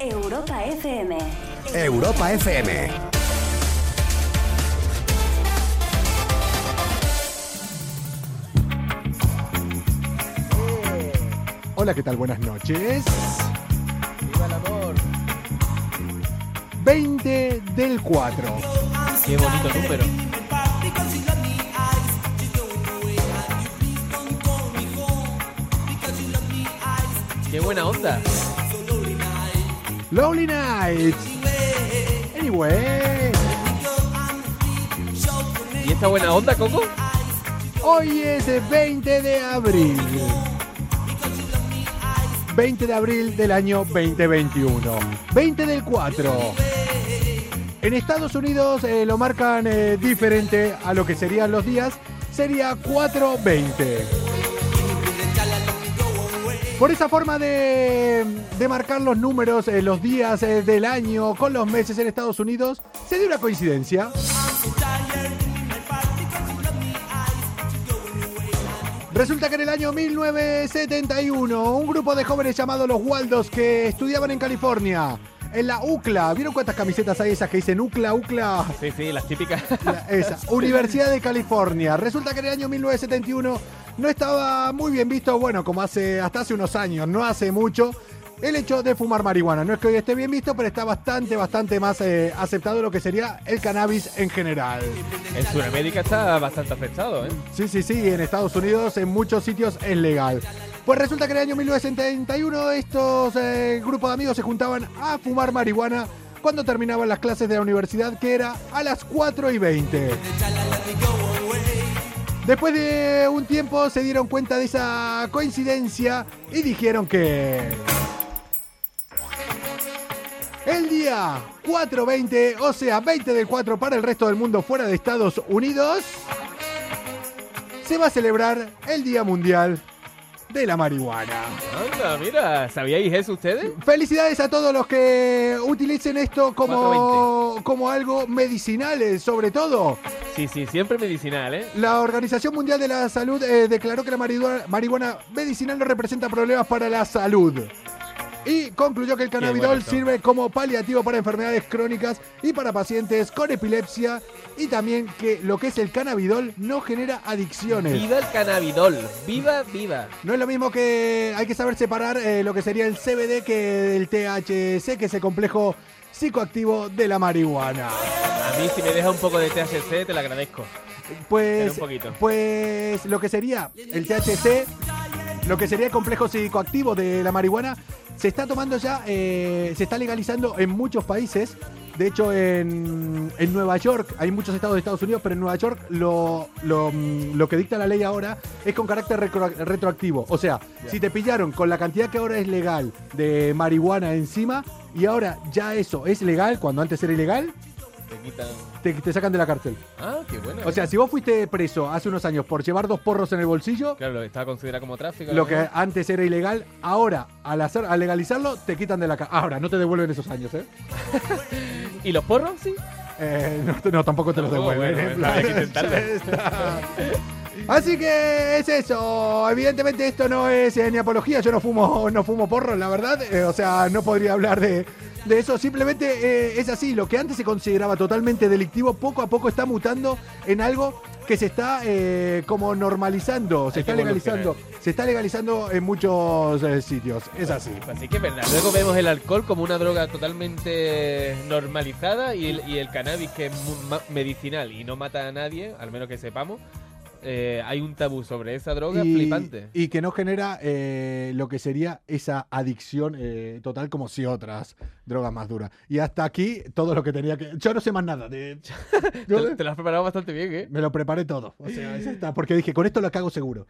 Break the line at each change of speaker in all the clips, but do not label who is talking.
Europa FM.
Europa FM. Hola, ¿qué tal? Buenas noches.
¡Viva el amor!
20 del 4.
¡Qué bonito número! ¡Qué buena onda!
Lonely Night. Anyway,
¿Y esta buena onda, Coco?
hoy es el 20 de abril. 20 de abril del año 2021. 20 del 4. En Estados Unidos eh, lo marcan eh, diferente a lo que serían los días. Sería 420. Por esa forma de, de marcar los números, eh, los días eh, del año con los meses en Estados Unidos, se dio una coincidencia. Resulta que en el año 1971, un grupo de jóvenes llamados los Waldos que estudiaban en California, en la UCLA, ¿vieron cuántas camisetas hay esas que dicen UCLA, UCLA?
Sí, sí, las típicas.
La- esa, Universidad de California. Resulta que en el año 1971 no estaba muy bien visto, bueno, como hace hasta hace unos años, no hace mucho, el hecho de fumar marihuana. No es que hoy esté bien visto, pero está bastante, bastante más eh, aceptado lo que sería el cannabis en general.
En Sudamérica está bastante afectado, ¿eh?
Sí, sí, sí, en Estados Unidos, en muchos sitios es legal. Pues resulta que en el año 1971 estos eh, grupos de amigos se juntaban a fumar marihuana cuando terminaban las clases de la universidad, que era a las 4 y 20. Después de un tiempo se dieron cuenta de esa coincidencia y dijeron que... El día 4.20, o sea, 20 del 4 para el resto del mundo fuera de Estados Unidos se va a celebrar el Día Mundial de la Marihuana.
Anda, mira, ¿sabíais eso ustedes?
Felicidades a todos los que utilicen esto como, como algo medicinal, eh, sobre todo.
Sí, sí, siempre medicinal, ¿eh?
La Organización Mundial de la Salud eh, declaró que la marihuana, marihuana medicinal no representa problemas para la salud. Y concluyó que el cannabidol
bueno esto.
sirve como paliativo para enfermedades crónicas y para pacientes con epilepsia. Y también que lo que es el cannabidol no genera adicciones.
Viva el cannabidol, viva, viva.
No es lo mismo que hay que saber separar eh, lo que sería el CBD que el THC, que es el complejo psicoactivo de la marihuana.
A mí si me deja un poco de THC te lo agradezco. Pero
Pues,
un poquito.
pues lo que sería el THC, lo que sería el complejo psicoactivo de la marihuana, se está tomando ya, eh, se está legalizando en muchos países. De hecho, en, en Nueva York, hay muchos estados de Estados Unidos, pero en Nueva York lo, lo, mm, lo que dicta la ley ahora es con carácter recro- retroactivo. O sea, si te pillaron con la cantidad que ahora es legal de marihuana encima y ahora ya eso es legal, cuando antes era ilegal,
Te quitan...
te- te sacan de la cárcel.
Ah, qué bueno.
O sea, si vos fuiste preso hace unos años por llevar dos porros en el bolsillo,
Claro, lo estaba considerado como tráfico.
lo
¿no?
que antes era ilegal, ahora al hacer, al legalizarlo te quitan de la casa. Ahora no te devuelven esos años, ¿eh?
¿Y los porros? Sí.
Eh, no, no, tampoco te los
Tampoco,
devuelven.
Oh, bueno,
¿eh?
bueno, había que intentarlo.
Ya está. Así que es eso. Evidentemente esto no es eh, ni apología. Yo no fumo, no fumo porros, la verdad. Eh, o sea, no podría hablar de, de eso. Simplemente eh, es así. Lo que antes se consideraba totalmente delictivo, poco a poco está mutando en algo que se está eh, como normalizando, se
Hay que
está legalizando, se está legalizando en muchos eh, sitios. Es así.
Así que es verdad. Luego vemos el alcohol como una droga totalmente normalizada y el, y el cannabis que es mu- ma- medicinal y no mata a nadie, al menos que sepamos. eh, hay un tabú sobre esa droga flipante.
y que no genera eh, lo que sería esa adicción eh, total como si otras drogas más duras. Y hasta aquí todo lo que tenía que... Yo no sé más nada. De...
Te, lo- te lo has preparado bastante bien, ¿eh?
Me lo preparé todo. O sea, ya está, porque dije, con esto lo cago seguro.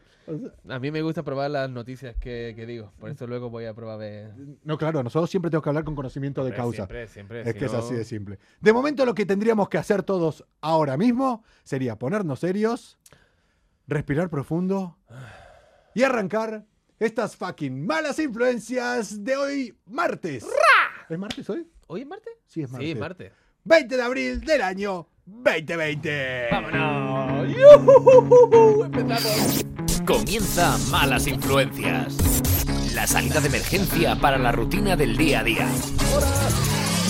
A mí me gusta probar las noticias que, que digo. Por eso luego voy a probar de...
No, claro, nosotros siempre tenemos que hablar con conocimiento de causa.
Siempre, siempre.
Es
si
que es
no-
así de simple. De momento lo que tendríamos que hacer todos ahora mismo sería ponernos serios, respirar profundo y arrancar estas fucking malas influencias de hoy martes. ¿Es martes hoy?
¿Hoy es martes?
Sí, es
Sí,
martes.
martes.
20 de abril del año 2020.
¡Vámonos! ¡Yujujuju! Empezamos.
Comienza Malas Influencias.
La salida de emergencia para la rutina del día a día.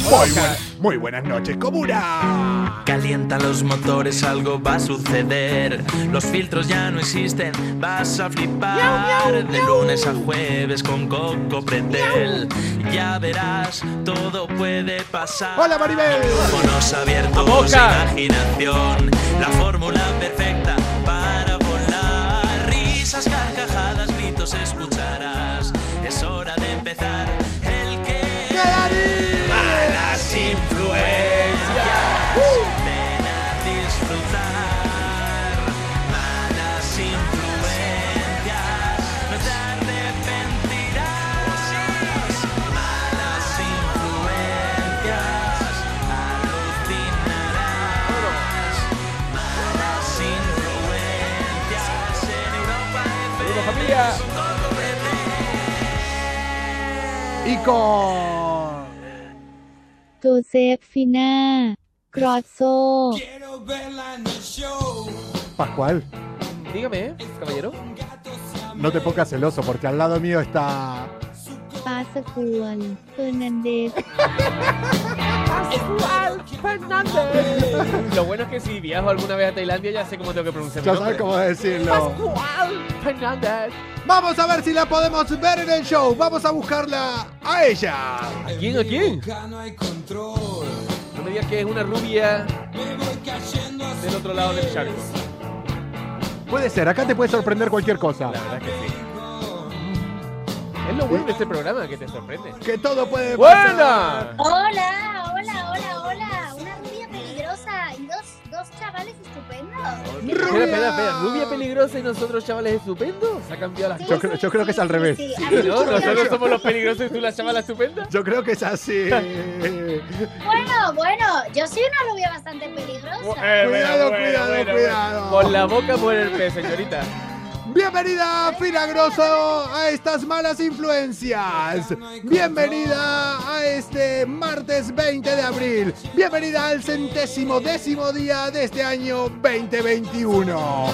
Muy, buen- muy buenas noches, comuna.
Calienta los motores, algo va a suceder. Los filtros ya no existen, vas a flipar. de lunes a jueves con Coco Pretel. Ya verás, todo puede pasar.
Hola, Maribel.
Micrófonos abiertos,
¡A boca!
imaginación. La fórmula perfecta para volar. Risas, carcajadas, gritos escucharás. Es hora de empezar el que. Malas influencias.
Uh.
Ven a disfrutar. Malas influencias. No te arrepentirás. Malas influencias. Alucinarás. Malas influencias. En Europa
Bueno, familia.
Y con.
ตัวเซฟฟิน่ากรอสโซ
Pascual,
Dígame, ¿eh, caballero.
no te pongas celoso porque al lado mío está.
ปาสกวลเฟอร์นันเดส
Lo bueno es que si viajo alguna vez a Tailandia ya sé cómo tengo que pronunciar mi
Ya sabes
nombre.
cómo decirlo.
Pascual Fernández.
Vamos a ver si la podemos ver en el show. Vamos a buscarla a ella.
¿A quién? ¿A quién? No me digas que es una rubia del otro lado del charco.
Puede ser, acá te puede sorprender cualquier cosa.
La verdad es que sí. Es lo bueno de este programa, que te sorprende.
Que todo puede pasar.
¡Buena!
Hola, hola, hola, hola. Una rubia peligrosa y dos, dos chavales estupendos.
Espera, espera, espera. ¿Rubia peligrosa y nosotros chavales estupendos? ¿Se ha cambiado las
Sí,
Yo creo- yo creo que es al revés.
sí,
cosas?
a mí
¿No?
me
Nosotros
gusta.
somos los peligrosos y tú la chavala estupenda.
Yo creo que es así.
Bueno, bueno, yo soy una rubia bastante peligrosa.
Eh,
Cuidado, cuidado, cuidado.
Con la boca muere el pez, señorita.
Bienvenida, Finagroso, a estas malas influencias. Bienvenida a este martes 20 de abril. Bienvenida al centésimo décimo día de este año 2021.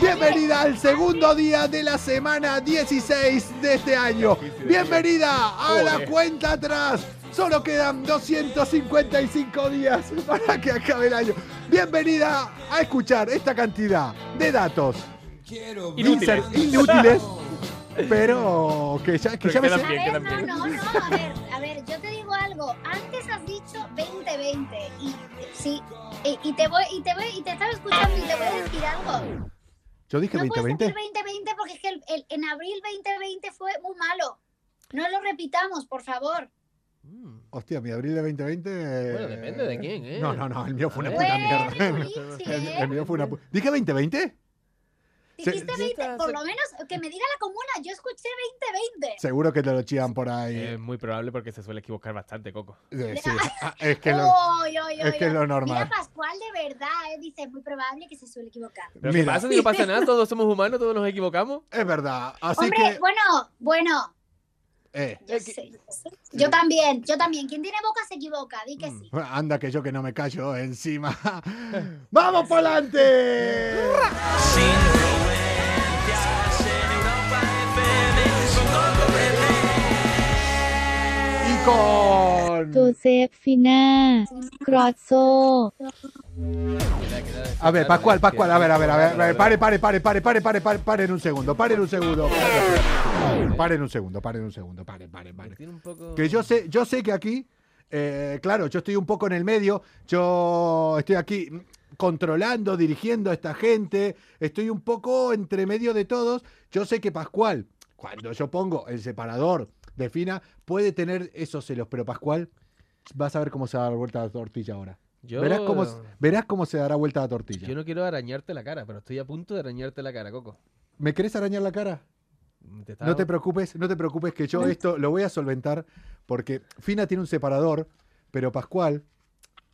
Bienvenida al segundo día de la semana 16 de este año. Bienvenida a la
Joder.
cuenta atrás. Solo quedan 255 días para que acabe el año. Bienvenida a escuchar esta cantidad de datos
Inútiles.
Insert- inútiles, pero que ya, que
Pero
ya me
quedan
sé-
A
bien.
ver, no,
también.
no, no, a ver, a ver, yo te digo algo. Antes has dicho 2020 y eh, sí, y, y te voy, y te voy, y te estaba escuchando y te voy a decir algo.
Yo dije
No puedes
2020.
decir 2020 porque es que el- el- en abril 2020 fue muy malo. No lo repitamos, por favor.
Mm.
Hostia, mi abril de 2020.
Bueno, depende de quién, ¿eh?
No, no, no, el mío fue
A
una
ver.
puta
Bueno,
mierda.
Richie,
El,
¿eh?
el mío fue una puta. ¿Dije 2020? Se-
Dijiste
Sí,
20,
está-
por
se-
lo menos que me diga la comuna, yo escuché 2020.
Seguro que te lo chían por ahí.
Es muy probable porque se suele equivocar bastante, Coco.
Eh, sí. Ah, es que lo.
Oy, oy,
es
oy,
que
oy.
es lo normal.
Mira, Pascual, de verdad, eh, dice, es muy probable que se suele equivocar.
Pero ¿qué
Mira.
pasa? Si no pasa nada, todos somos humanos, todos nos equivocamos.
Es verdad. Así
Hombre,
que.
bueno, bueno,
eh,
yo,
Eh, que-
sé, yo sé. Yo también, yo también. Quien tiene boca se equivoca, di que
Mm.
sí.
anda que yo que no me callo encima. ¡Vamos por adelante! Y con.
ตัวเซฟฟิน่ากรอสโซ
A ver, Pascual, Pascual, a ver, a ver, a ver, a ver, pare, pare, pare, pare, pare, pare, pare, paren un segundo, paren un segundo. Paren un segundo, paren un segundo, paren, paren, paren.
Tiene un poco-
Que yo sé, yo sé que aquí, eh, claro, yo estoy un poco en el medio, yo estoy aquí mm, controlando, dirigiendo a esta gente, estoy un poco entre medio de todos. Yo sé que Pascual, cuando yo pongo el separador de Fina, puede tener esos celos, pero Pascual, vas a ver cómo se va a dar vuelta la tortilla ahora.
Yo-
Verás, cómo, verás cómo se dará vuelta la tortilla.
Yo no quiero arañarte la cara, pero estoy a punto de arañarte la cara, Coco.
¿Me querés arañar la cara?
Te estaba-
No te preocupes, no te preocupes que yo esto lo voy a solventar porque Fina tiene un separador, pero Pascual,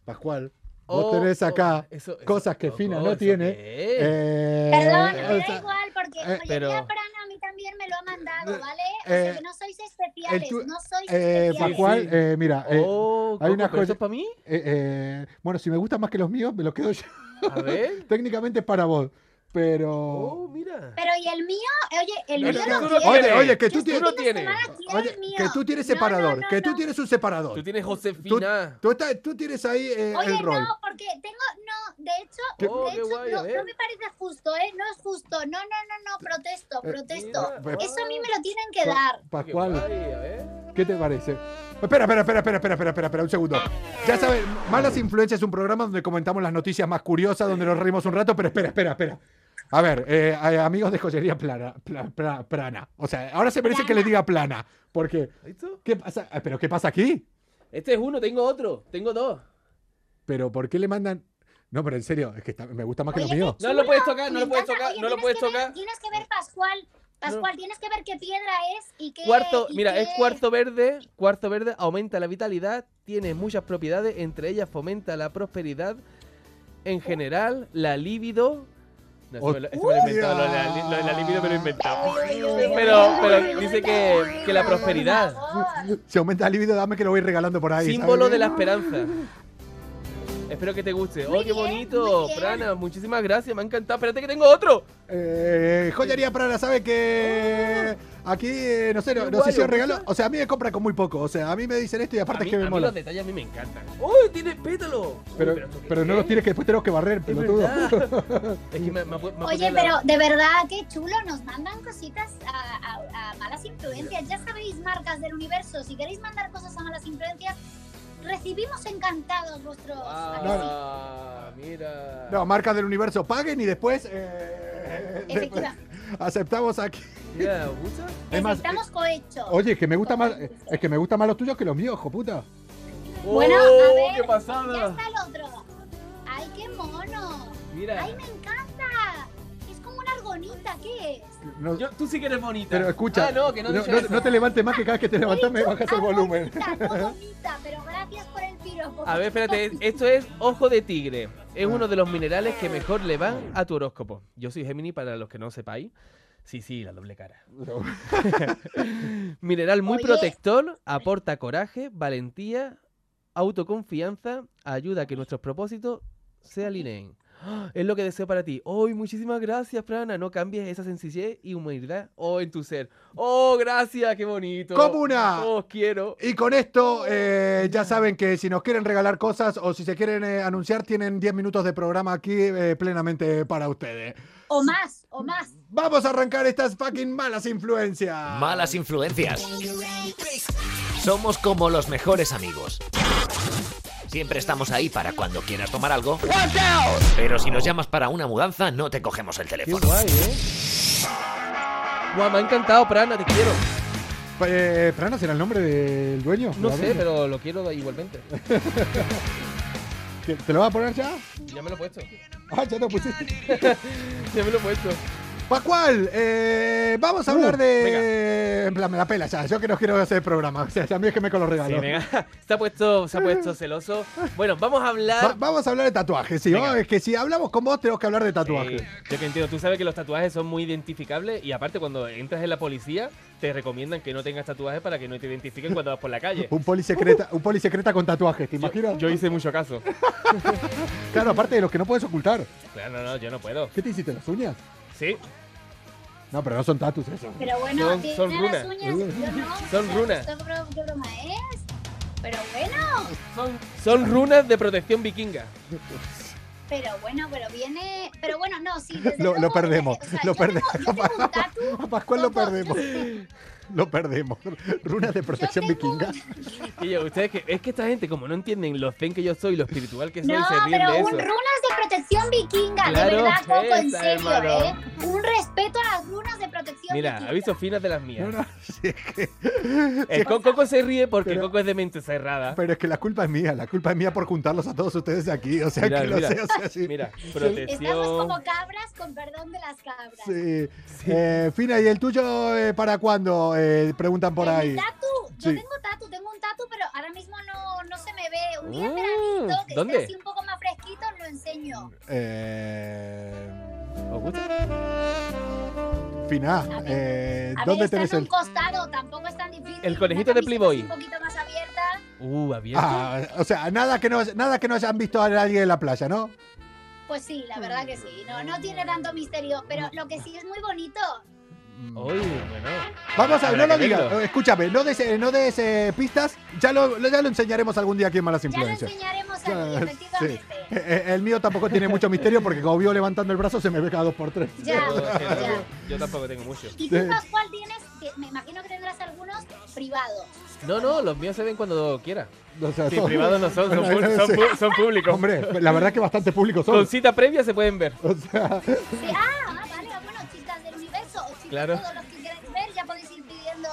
Pascual,
Oh,
vos tenés
oh,
acá
eso- eso-
cosas que
Coco,
Fina
¿eso
no tiene.
qué es?
eh,
Perdón,
o
me da
sea,
igual porque
eh,
oye,
pero-
mira, Fran a mí también me lo ha mandado, ¿vale? O
eh,
sea, que no sois especiales,
tu-
no sois
eh,
especiales.
Pascual,
Sí, sí.
eh, mira, eh,
Oh,
hay
Coco,
una
¿pero
joya-
¿Esto es para mí?
eh, eh, bueno, si me gustan más que los míos, me los quedo yo.
A ver.
Técnicamente es para vos. Pero.
Oh, mira.
Pero y el mío, oye, el
No,
mío
no,
no,
tú no
Oye,
quiere.
oye, que
Yo
tú
estoy
tienes.
no
viendo
tienes.
semana aquí,
Oye,
el mío.
que tú tienes
No, no,
separador,
no,
que tú
no.
tienes un separador.
Tú tienes Josefina.
Tú, estás- tú tienes ahí eh,
Oye,
el rol.
no, porque tengo, no, de hecho,
¿Qué?
de
Oh, qué
hecho,
guay, a
no,
eh.
ver.
no me parece justo, ¿eh? No es justo. No, no, no, no, protesto,
Eh,
protesto.
mira,
Eso a mí me lo tienen que
Pa-
dar.
Qué
Pascual,
guay, a
¿eh?
ver.
¿qué te parece? Espera, espera, espera, espera, espera, espera, espera, espera, un segundo. Ya saben, Malas Influencias es un programa donde comentamos las noticias más curiosas, donde nos reímos un rato, pero espera, espera, espera. A ver, eh, eh, amigos de joyería plana, pla- pla- plana. O sea, ahora se merece que le diga plana. Porque,
¿Listo?
¿qué pasa? Ah, ¿Pero qué pasa aquí?
Este es uno, tengo otro, tengo dos.
¿Pero por qué le mandan.? No, pero en serio, es que está- me gusta más que
Oye,
lo mío.
No lo puedes tocar, no
Me
lo puedes
encanta.
tocar,
Oye,
no lo
tienes
puedes
que ver-
tocar.
Tienes que ver, Pascual. Pascual, tienes que ver qué piedra es y qué.
Cuarto,
y
mira,
qué-
es cuarto verde. Cuarto verde aumenta la vitalidad, tiene muchas propiedades, entre ellas fomenta la prosperidad en general, la libido. No, esto me lo, esto me lo he inventado, lo de la li- lo de la libido me lo he inventado.
Uy, uy, uy, uy,
Pero-
uy,
pero
uy,
dice
uy,
que-
uy,
que la
uy,
prosperidad.
por favor.
Si aumenta el libido, dame que lo voy regalando por ahí. ¿sabes?
Símbolo de la esperanza. Espero que te guste.
Muy
Oh, qué
bien, muy
bonito,
bien.
Prana. Muchísimas gracias, me ha encantado. Espérate que tengo otro.
Eh, joyería Prana sabe que aquí, eh, no sé, no,
Qué
no sé
guay,
si os
¿no?
regalo. O sea, a mí me compra con muy poco. O sea, a mí me dicen esto y
A
aparte
mí,
es que
a
me
mí
mola.
los detalles a mí me encantan. ¡Oh, tiene pétalo! Uy,
Pero,
¿esto qué
pero no
es?
los tienes que después tenemos que barrer,
Es
pelotudo.
verdad. Es que me, me ha pu- me ha
Oye,
puesto la-
pero de verdad, qué chulo, nos mandan cositas a, a- a malas influencias. Ya sabéis, marcas del universo, si queréis mandar cosas a malas influencias, recibimos encantados vuestros... ¿a que sí?
Ah, mira.
No, marcas del universo paguen y después. eh, después
Efectivamente,
aceptamos aquí.
Mira, ¿gusta?
Además,
necesitamos cohecho.
Oye, que me gusta más. Es que me gusta más los tuyos que los míos, hijo puta.
Bueno, a
Oh,
ver,
qué
Ya
pasada.
está el otro. ¡Ay, qué mono!
Mira,
¡Ay, me encanta! Es como una argonita, ¿qué es?
No-
yo- tú sí que eres bonita.
pero escucha,
Ah, no, que no,
no,
dije
no-
eso.
no te levantes más que cada vez que te levantas me bajas el volumen.
Argonita, no bonita, pero gracias por el piropo.
A ver, espérate, es- esto es ojo de tigre. Es
Ah.
uno de los minerales que mejor le van a tu horóscopo. Yo soy Gemini, para los que no sepáis. Sí, sí, la doble cara. Mineral muy
Oye.
protector, aporta coraje, valentía, autoconfianza, ayuda a que nuestros propósitos se alineen. ¡Ah! Es lo que deseo para ti. Hoy, muchísimas gracias, Prana. No cambies esa sencillez y humildad oh, en tu ser. Oh, gracias, qué bonito.
Comuna.
Os quiero.
Y con esto eh, ya saben que si nos quieren regalar cosas o si se quieren eh, anunciar, tienen 10 minutos de programa aquí eh, plenamente para ustedes.
O más, o más.
Vamos a arrancar estas fucking malas influencias.
Malas influencias. Somos como los mejores amigos. Siempre estamos ahí para cuando quieras tomar algo. Pero si nos llamas para una mudanza, no te cogemos el
Qué
teléfono.
guay, ¿eh?
Guau, me ha encantado, Prana, te quiero.
Eh, ¿Prana será el nombre del dueño?
No
¿La
sé,
dueña?
pero lo quiero igualmente.
¿Te- ¿Te lo vas a poner ya?
Ya me lo he puesto.
Ah, ya te lo pusiste.
Ya me lo he puesto.
Pascual, eh, vamos a hablar
Uh, venga.
de... En plan, me la pela ya. Yo que no quiero hacer programa. O sea, a mí es que me con los
Sí,
regalos.
venga. Se ha puesto, se ha puesto celoso. Bueno, vamos a
Va-
hablar.
vamos a hablar de tatuajes, sí.
Venga.
Oh, es que si hablamos con vos, tenemos que hablar de tatuajes.
Eh, yo que entiendo, tú sabes que los tatuajes son muy identificables y aparte cuando entras en la policía te recomiendan que no tengas tatuajes para que no te identifiquen cuando vas por la calle.
Un polisecreta, un polisecreta con tatuajes, ¿te imaginas?
Yo hice mucho caso.
Claro, aparte de los que no puedes ocultar.
Claro, no, no, yo no puedo.
¿Qué te hiciste? ¿Las uñas?
Sí,
No, pero no son tatus eso.
Pero bueno,
Son-
tiene
son
las
runas.
uñas. Yo no.
Son
o sea,
runas.
esto bro- ¿Qué broma es? Pero bueno,
son, son runas de protección vikinga.
pero bueno, pero viene. Pero bueno, no, sí. desde
Lo- lo
luego,
perdemos,
eh, o sea,
lo
yo tengo-
perdemos.
yo tengo un tatu,
A Pascual lo
Todo, yo
perdemos.
sé.
Lo perdemos. Runas de protección
tengo un-
vikinga.
Y yo, ustedes que, es que esta gente como no entienden lo zen que yo soy, lo espiritual que soy,
No,
se ríen
pero
de
un
eso.
runas de protección vikinga, de
Claro,
verdad, Coco, en
esa,
serio,
hermano.
¿eh? Un respeto a las runas de protección
Mira,
vikinga.
aviso finas de las mías.
No, no, sí, es que-
El Co- Coco se ríe porque
Pero-
Coco es de mente cerrada.
pero es que la culpa es mía. La culpa es mía por juntarlos a todos ustedes aquí. O sea,
Mira,
que lo
mira.
sé, o sea, sí.
Mira,
Estamos
protección.
como cabras, con perdón de las cabras.
Sí. Eh, Fina, ¿y el tuyo eh, para cuándo? Eh, preguntan por
Pero mi
ahí.
Tatu, yo
Sí.
tengo tatu, tengo un tatu, pero ahora mismo no, no se me ve. Un día
Ah,
en
Mm,
veranito, que
¿dónde?
esté así un poco más fresquito, lo enseño.
Eh,
¿Os gusta?
Fina,
A ver,
eh,
A
¿dónde
ver, está
tenés
en un
el...?
costado, tampoco es tan difícil.
El
Una
conejito de
camiseta
Playboy.
así Un poquito más abierta.
Uh, abierto.
Ah, o sea, nada que, no, nada que no hayan visto a alguien en la playa, ¿no?
Pues sí, la verdad que sí. No, no tiene tanto misterio, pero lo que sí es muy bonito.
Uy, bueno.
Vamos a,
Habrá
no lo
que
digas,
verlo.
escúchame, no des, eh, no des eh, pistas, ya lo, lo- ya lo enseñaremos algún día aquí en Malas
Ya lo
Influencias.
enseñaremos
Ya,
aquí, efectivamente.
Eh, eh, El mío tampoco tiene mucho misterio porque como vio levantando el brazo se me ve cada dos por tres.
Ya,
Yo, es que no-
ya.
yo tampoco tengo mucho.
¿Y tú, Pascual, tienes? que- Me imagino que tendrás algunos privados.
No, no, los míos se ven cuando quiera.
O sea,
Sí,
son-
privados no son, son,
Bueno,
pu-
sí.
son, pu- son públicos.
Hombre, la verdad es que bastante público son.
Con cita previa se pueden ver.
O sea,
Sí, ah, ah, vale, bueno, chicas del universo, o chicos
Claro.
todos los que queráis ver, ya podéis ir pidiendo.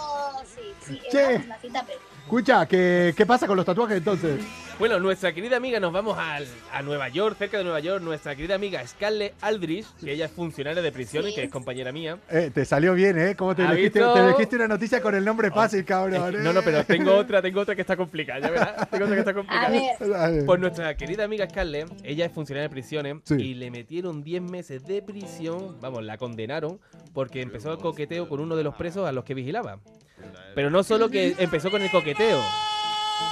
Sí, sí, eh,
Sí.
vamos, la cita previa.
escucha, ¿qué, ¿qué pasa con los tatuajes entonces?
Bueno, nuestra querida amiga, nos vamos al- a Nueva York, cerca de Nueva York. Nuestra querida amiga Scarlett Aldrich, que ella es funcionaria de prisión y que es compañera mía.
Eh, te salió bien, ¿eh? ¿Cómo te
¿Ha
elegiste,
visto?
te elegiste una noticia con el nombre fácil,
Es
cabrón?
que-
eh.
Oh, no, no, pero tengo otra, tengo otra que está complicada, ya verás. Tengo otra que está
A
complicada.
ver,
Dale.
Pues nuestra querida amiga Scarlett, ella es funcionaria de prisiones
Sí.
y le metieron 10 meses de prisión, vamos, la condenaron porque empezó el coqueteo con uno de los presos a los que vigilaba. Pero no solo que empezó con el coqueteo,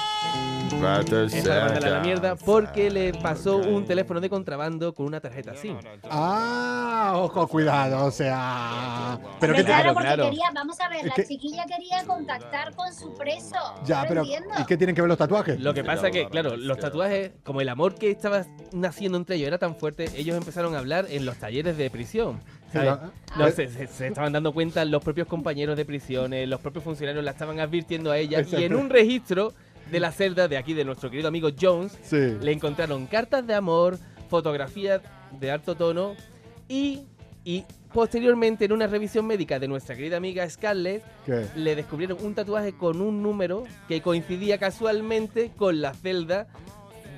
es para mandarla a la mierda, porque le pasó un teléfono de contrabando con una tarjeta SIM.
Ah, ojo, cuidado, o sea. Pero
hombre,
que
claro,
Claro,
porque
claro.
quería, vamos a ver,
Es
la
que-
chiquilla quería contactar con su preso.
Ya,
no
pero
lo entiendo.
¿y qué tienen que ver los tatuajes?
Lo que pasa que, claro, los tatuajes, como el amor que estaba naciendo entre ellos era tan fuerte, ellos empezaron a hablar en los talleres de prisión. ¿sabes?
Pero-
No, se, se- se estaban dando cuenta los propios compañeros de prisiones, los propios funcionarios la estaban advirtiendo a ella. Y en
Exacto.
un registro de la celda de aquí de nuestro querido amigo Jones,
Sí.
le encontraron cartas de amor, fotografías de alto tono y, y posteriormente en una revisión médica de nuestra querida amiga Scarlett,
¿Qué?
le descubrieron un tatuaje con un número que coincidía casualmente con la celda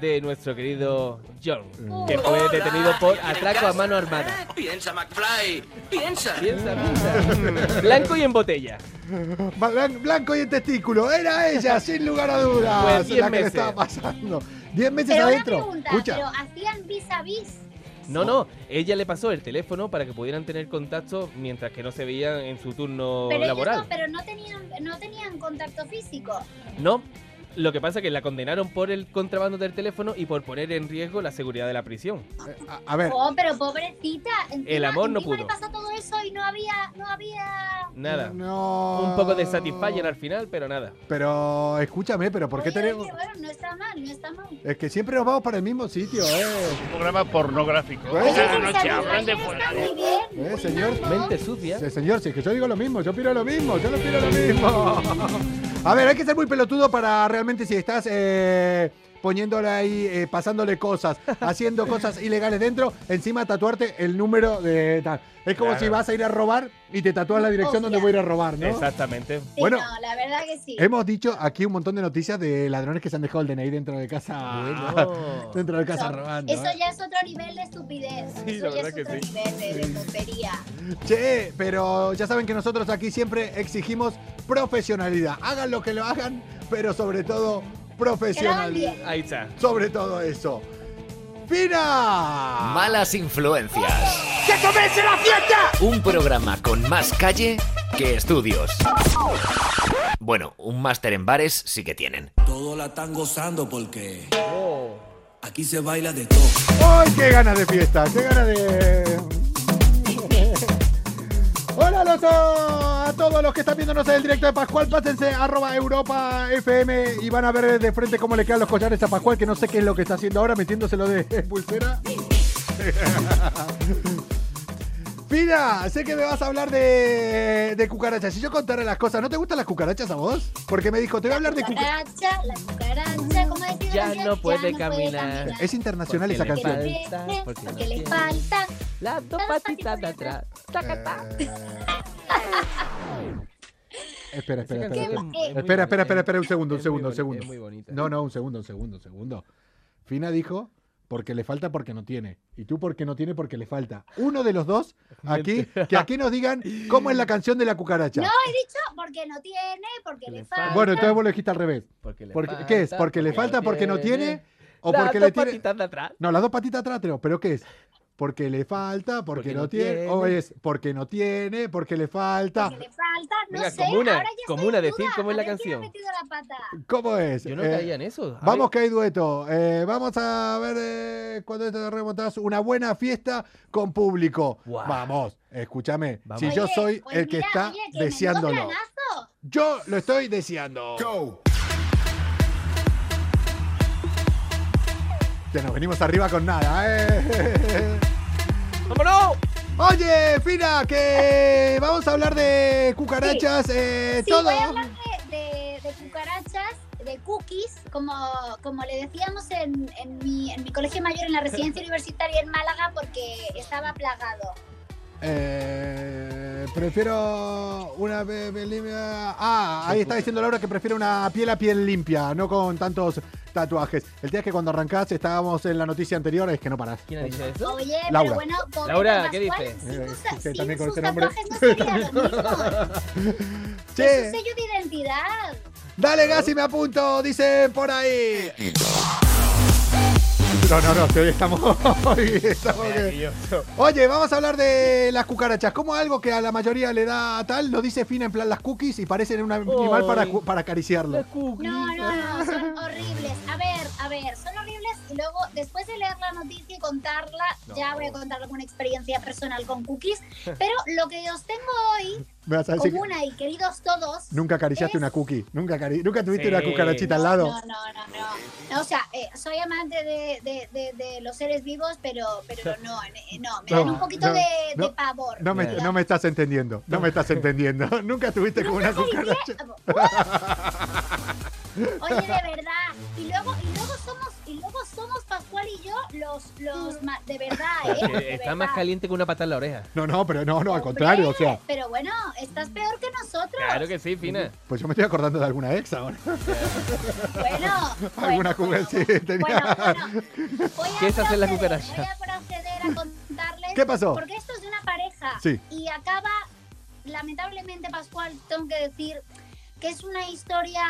de nuestro querido John,
Mm.
que fue
Hola,
detenido por
¿quieren
atraco a
casa?
mano armada.
Piensa, McFly, piensa.
Piensa, piensa. Blanco y en botella.
Blan- Blanco y el testículo, era ella, sin lugar a dudas.
Pues, diez
la que le
meses.
estaba pasando. Diez meses
Pero una
adentro.
pregunta,
Escucha.
pero hacían vis a vis.
No, no, ella le pasó el teléfono para que pudieran tener contacto mientras que no se veían en su turno
Pero ellos no,
laboral.
pero no tenían, no tenían contacto físico.
No, lo que pasa es que la condenaron por el contrabando del teléfono y por poner en riesgo la seguridad de la prisión.
A, a ver,
Oh, pero pobrecita. encima-
El amor no
encima
pudo.
le pasa todo eso y no había, no había.
Nada.
no.
Un poco de Satisfyer al final, pero nada.
Pero escúchame, pero ¿por qué
Oye,
tenemos.?
oye, bueno, no está mal, no está mal.
Es que siempre nos vamos para el mismo sitio, ¿eh?
programa pornográfico.
Bueno.
Esa
Oye,
noche
Gonzalo,
hablan de
está
fuera.
muy bien,
¿Eh,
muy
señor?
bien, ¿no?
Mente sucia.
Sí, señor, sí, que yo digo lo mismo, yo opino lo mismo, yo no opino lo mismo. A ver, hay que ser muy pelotudo para realmente si estás eh, poniéndole ahí, eh, pasándole cosas, haciendo cosas ilegales dentro, encima tatuarte el número de tal. Es como
Claro.
si vas a ir a robar y te tatúas la dirección donde
Hostia.
voy a ir a robar, ¿no?
Exactamente.
Sí,
Bueno.
no, la verdad que sí.
Hemos dicho aquí un montón de noticias de ladrones que se han dejado el DNI dentro de casa.
Bueno.
Dentro de casa
Eso-
robando.
Eso
¿eh?
ya es otro nivel de estupidez.
Sí,
eso
la
ya
verdad
es
que
otro
sí.
nivel de, de tontería.
Che, pero ya saben que nosotros aquí siempre exigimos profesionalidad. Hagan lo que lo hagan, pero sobre todo profesionalidad.
bien.
Ahí está.
Sobre todo eso. ¡Fina!
Malas influencias. ¡Que comience la fiesta! Un programa con más calle que estudios. Bueno, un máster en bares sí que tienen.
Todo la están gozando porque
Oh.
aquí se baila de todo.
¡Ay, qué ganas de fiesta! ¡Qué ganas de... Hola Loto, a todos los que están viéndonos en el directo de Pascual, pásense arroba Europa FM y van a ver de frente cómo le quedan los collares a Pascual, que no sé qué es lo que está haciendo ahora, metiéndoselo de pulsera. Fina, sé que me vas a hablar de, de cucarachas. Si yo contara las cosas, ¿no te gustan las cucarachas a vos? Porque me dijo, te voy a hablar de cucarachas.
Cucaracha, la cucaracha, ¿cómo decía la
Ya
canción?
no puede caminar.
Es internacional
Porque
esa
le
canción.
falta-
Porque,
Falta, porque
porque
no
le
tiene.
falta.
Las dos patitas de atrás.
Eh, espera, espera, espera. Espera,
canción
es- es muy
espera, espera, espera,
bonita.
espera, un segundo, un
Es muy
segundo, un
boni-
segundo.
es muy bonita.
No, no, un segundo, un segundo, un segundo. Fina dijo porque le falta porque no tiene. Y tú porque no tiene porque le falta. Uno de los dos aquí, que aquí nos digan cómo es la canción de la cucaracha.
No, he dicho porque no tiene, porque le
Le
falta.
bueno, entonces vos lo dijiste al revés.
Porque le
Porque-
falta,
¿Qué es? ¿Porque le falta porque no tiene? ¿O porque
las
le
dos
tiene?
patitas de atrás.
No, las dos patitas atrás, creo, pero ¿qué es? porque le falta, porque,
Porque
no,
no
tiene, o
tiene.
es porque no tiene, porque le falta.
Porque le falta, no
Venga,
sé,
comuna,
ahora ya
comuna,
estoy en
decir
duda,
cómo es la
a ver quién ha
canción.
metido la pata.
¿Cómo es?
Yo no
Eh,
caía en eso. A ver,
Vamos que hay dueto. Eh, vamos a ver eh, cuando te remontas una buena fiesta con público.
Guau.
Vamos, escúchame.
Vamos.
Si yo
Oye,
soy
pues
el que
mira,
está
oye, que menudo
deseándolo.
planazo.
Yo lo estoy deseando. Ya nos venimos arriba con nada, ¿eh?
¡Vámonos!
Oye, Fina, que vamos a hablar de cucarachas, eh,
Sí,
todo.
voy a hablar de, de- de cucarachas, de cookies, como, como le decíamos en, en mi, en mi colegio mayor, en la residencia universitaria en Málaga, porque estaba plagado.
Eh, prefiero una piel limpia. Ah, ahí está diciendo Laura que prefiere una piel a piel limpia, no con tantos tatuajes. El día es que cuando arrancás, estábamos en la noticia anterior, es que no parás.
¿Quién ha dicho eso?
Oye,
Laura.
pero bueno, pobre
Laura,
Don
¿qué
Pascual,
dices?
Sin,
Eh,
sus-
es que
sin
también con
sus
este nombre.
tatuajes no sería lo mismo. Es
Che,
un sello de identidad.
dale gas y me apunto, dicen por ahí. No, no, no, que hoy estamos. hoy estamos que- Oye, vamos a hablar de las cucarachas. Como algo que a la mayoría le da tal, lo dice Fina en plan las cookies y parecen un animal para,
Ay.
cu- para acariciarlo.
Las cookies.
No, no, no, son horribles. A ver, a ver, son horribles y luego después de leer la noticia y contarla, ya voy a contar alguna experiencia personal con cookies, pero lo que os tengo hoy,
Me vas a decir que
comuna y queridos todos...
nunca acariciaste
es-
una cookie. Nunca, acari- nunca tuviste
Sí.
una cucarachita al
No,
lado.
No, no, no, no. No, O sea, eh, soy amante de, de- de- de los seres vivos, pero, pero no, eh, no, me
No,
dan un poquito
no,
de, de
no,
pavor.
No me,
¿verdad?
no me estás entendiendo, no me estás entendiendo. Nunca tuviste como una cucaracha.
Oye, de verdad. Y luego, y luego somos, y luego somos Pascual y yo los, los ma- de verdad, eh. de
Que Está más
verdad.
caliente que una pata en la oreja.
No, no, pero no, no, al contrario, o sea,
Pero bueno, estás peor que nosotros.
Claro que sí, Fina.
pues yo me estoy acordando de alguna ex ahora.
Bueno,
Alguna
bueno,
cuca sí tenía.
Bueno, bueno. Voy a
¿Qué es hacer la
proceder-
cucaracha?
Voy a proceder a contarles.
¿Qué pasó?
Porque esto es de una pareja.
Sí.
Y acaba, lamentablemente, Pascual, tengo que decir que es una historia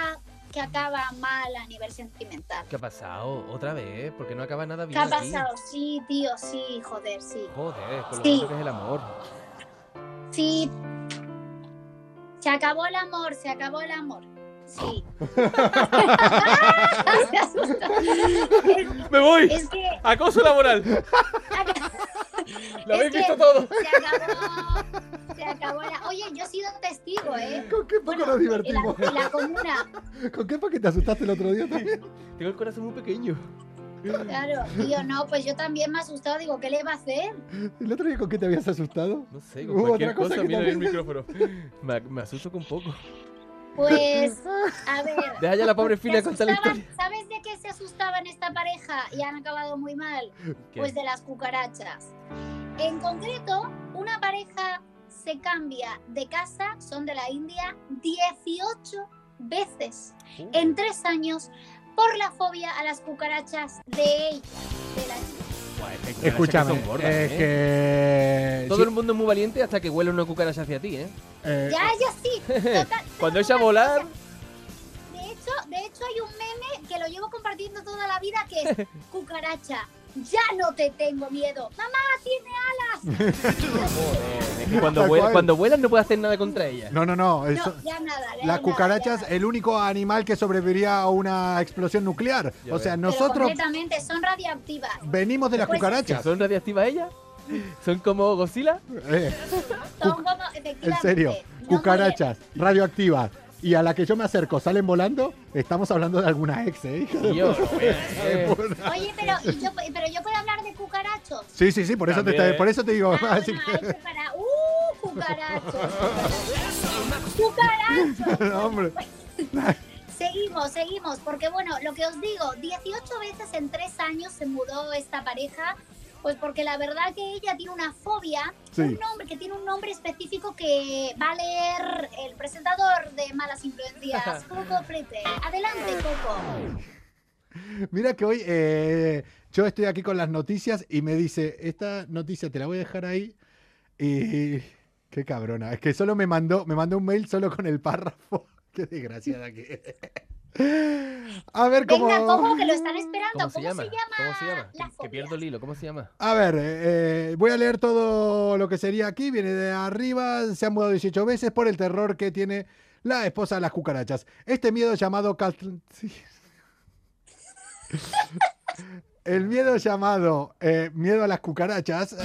que acaba mal a nivel sentimental.
¿Qué ha pasado? ¿Otra vez? Porque no acaba nada
¿Qué
bien
ha
aquí.
pasado? Sí, tío, sí, joder, sí.
Joder, con lo
Sí.
bonito que es el amor.
Sí. Se acabó el amor, se acabó el amor. Sí. se asusta. Es-
¡Me voy!
es que
¡Acoso laboral! ¡Lo habéis
Es que
visto todo!
Se acabó. Se acabó la. Oye, yo he sido testigo, ¿eh?
¿Con qué poco
Bueno,
nos
en la,
divertimos?
en la comuna,
¿Con qué porque te asustaste el otro día también?
Tengo el corazón muy pequeño.
claro. Y yo, no, pues yo también me he asustado. Digo, ¿qué le va a hacer?
¿El otro día con qué te habías asustado?
No sé,
Hubo
con
otra
cualquier
cosa
cosa
que
mira el
también-
micrófono. Me, me asusto con poco.
Pues, a ver.
Deja ya la pobre
se
Fina contar la
asustaban-
historia.
¿Sabes de qué se asustaban esta pareja y han acabado muy mal?
¿Qué?
Pues de las cucarachas. En concreto, una pareja se cambia de casa, son de la India, 18 veces en tres años por la fobia a las cucarachas de ella, de la chica.
Buah, es que hay cucarachas que
Escúchame,
son gordas,
es
¿eh?
que...
Todo
sí,
el mundo es muy valiente hasta que huele una cucaracha hacia ti, ¿eh?
eh,
Ya, ya sí. total,
Cuando
no,
echa a
no,
volar,
De hecho, de hecho hay un meme que lo llevo compartiendo toda la vida que es cucaracha. Ya no te tengo miedo. Mamá tiene
es que cuando,
Tal
vuela-
cual.
cuando vuelas no puedes hacer nada contra ella.
No, no, no.
a-
eso-
No, ya nada. ya
Las
nada,
cucarachas, eh,
ya nada.
el único animal que sobreviviría a una explosión nuclear.
Ya
O sea,
ves.
Pero
nosotros
completamente son radioactivas.
venimos de las
Pues-
Si
cucarachas.
son radiactivas ellas, son como Godzilla.
Eh,
Son como
en
efectivamente.
serio,
no
cucarachas radioactivas. Y a la que yo me acerco, salen volando, estamos hablando de alguna ex, ¿eh? hija de
Dios, eh.
puta.
muy bien. Oye, pero, y yo, pero yo puedo hablar de cucarachos.
Sí, sí, sí, por eso, te,
También.
por eso te digo.
Ah,
así
bueno,
que-
ahí prepara- ¡Uh, cucarachos! ¡Cucarachos!
No, hombre.
Seguimos, seguimos, porque bueno, lo que os digo, 18 veces en 3 años se mudó esta pareja, pues porque la verdad que ella tiene una fobia,
Sí.
un nombre que tiene un nombre específico que va a leer el presentador de Malas Influencias, Coco Prete. Adelante, Coco.
Mira que hoy eh, yo estoy aquí con las noticias y me dice, esta noticia te la voy a dejar ahí. Y qué cabrona, es que solo me mandó, me mandó un mail solo con el párrafo. Qué desgraciada que es. A ver cómo.
Venga, ¿cómo que lo están esperando?
¿Cómo se llama? ¿Cómo se llama?
la
Que- Que pierdo
fobia?
el hilo, ¿cómo se llama?
A ver, eh, eh, voy a leer todo lo que sería aquí. Viene de arriba, se han mudado 18 veces por el terror que tiene la esposa de las cucarachas. Este miedo llamado. cal- sí. El miedo llamado eh, miedo a las cucarachas. eh,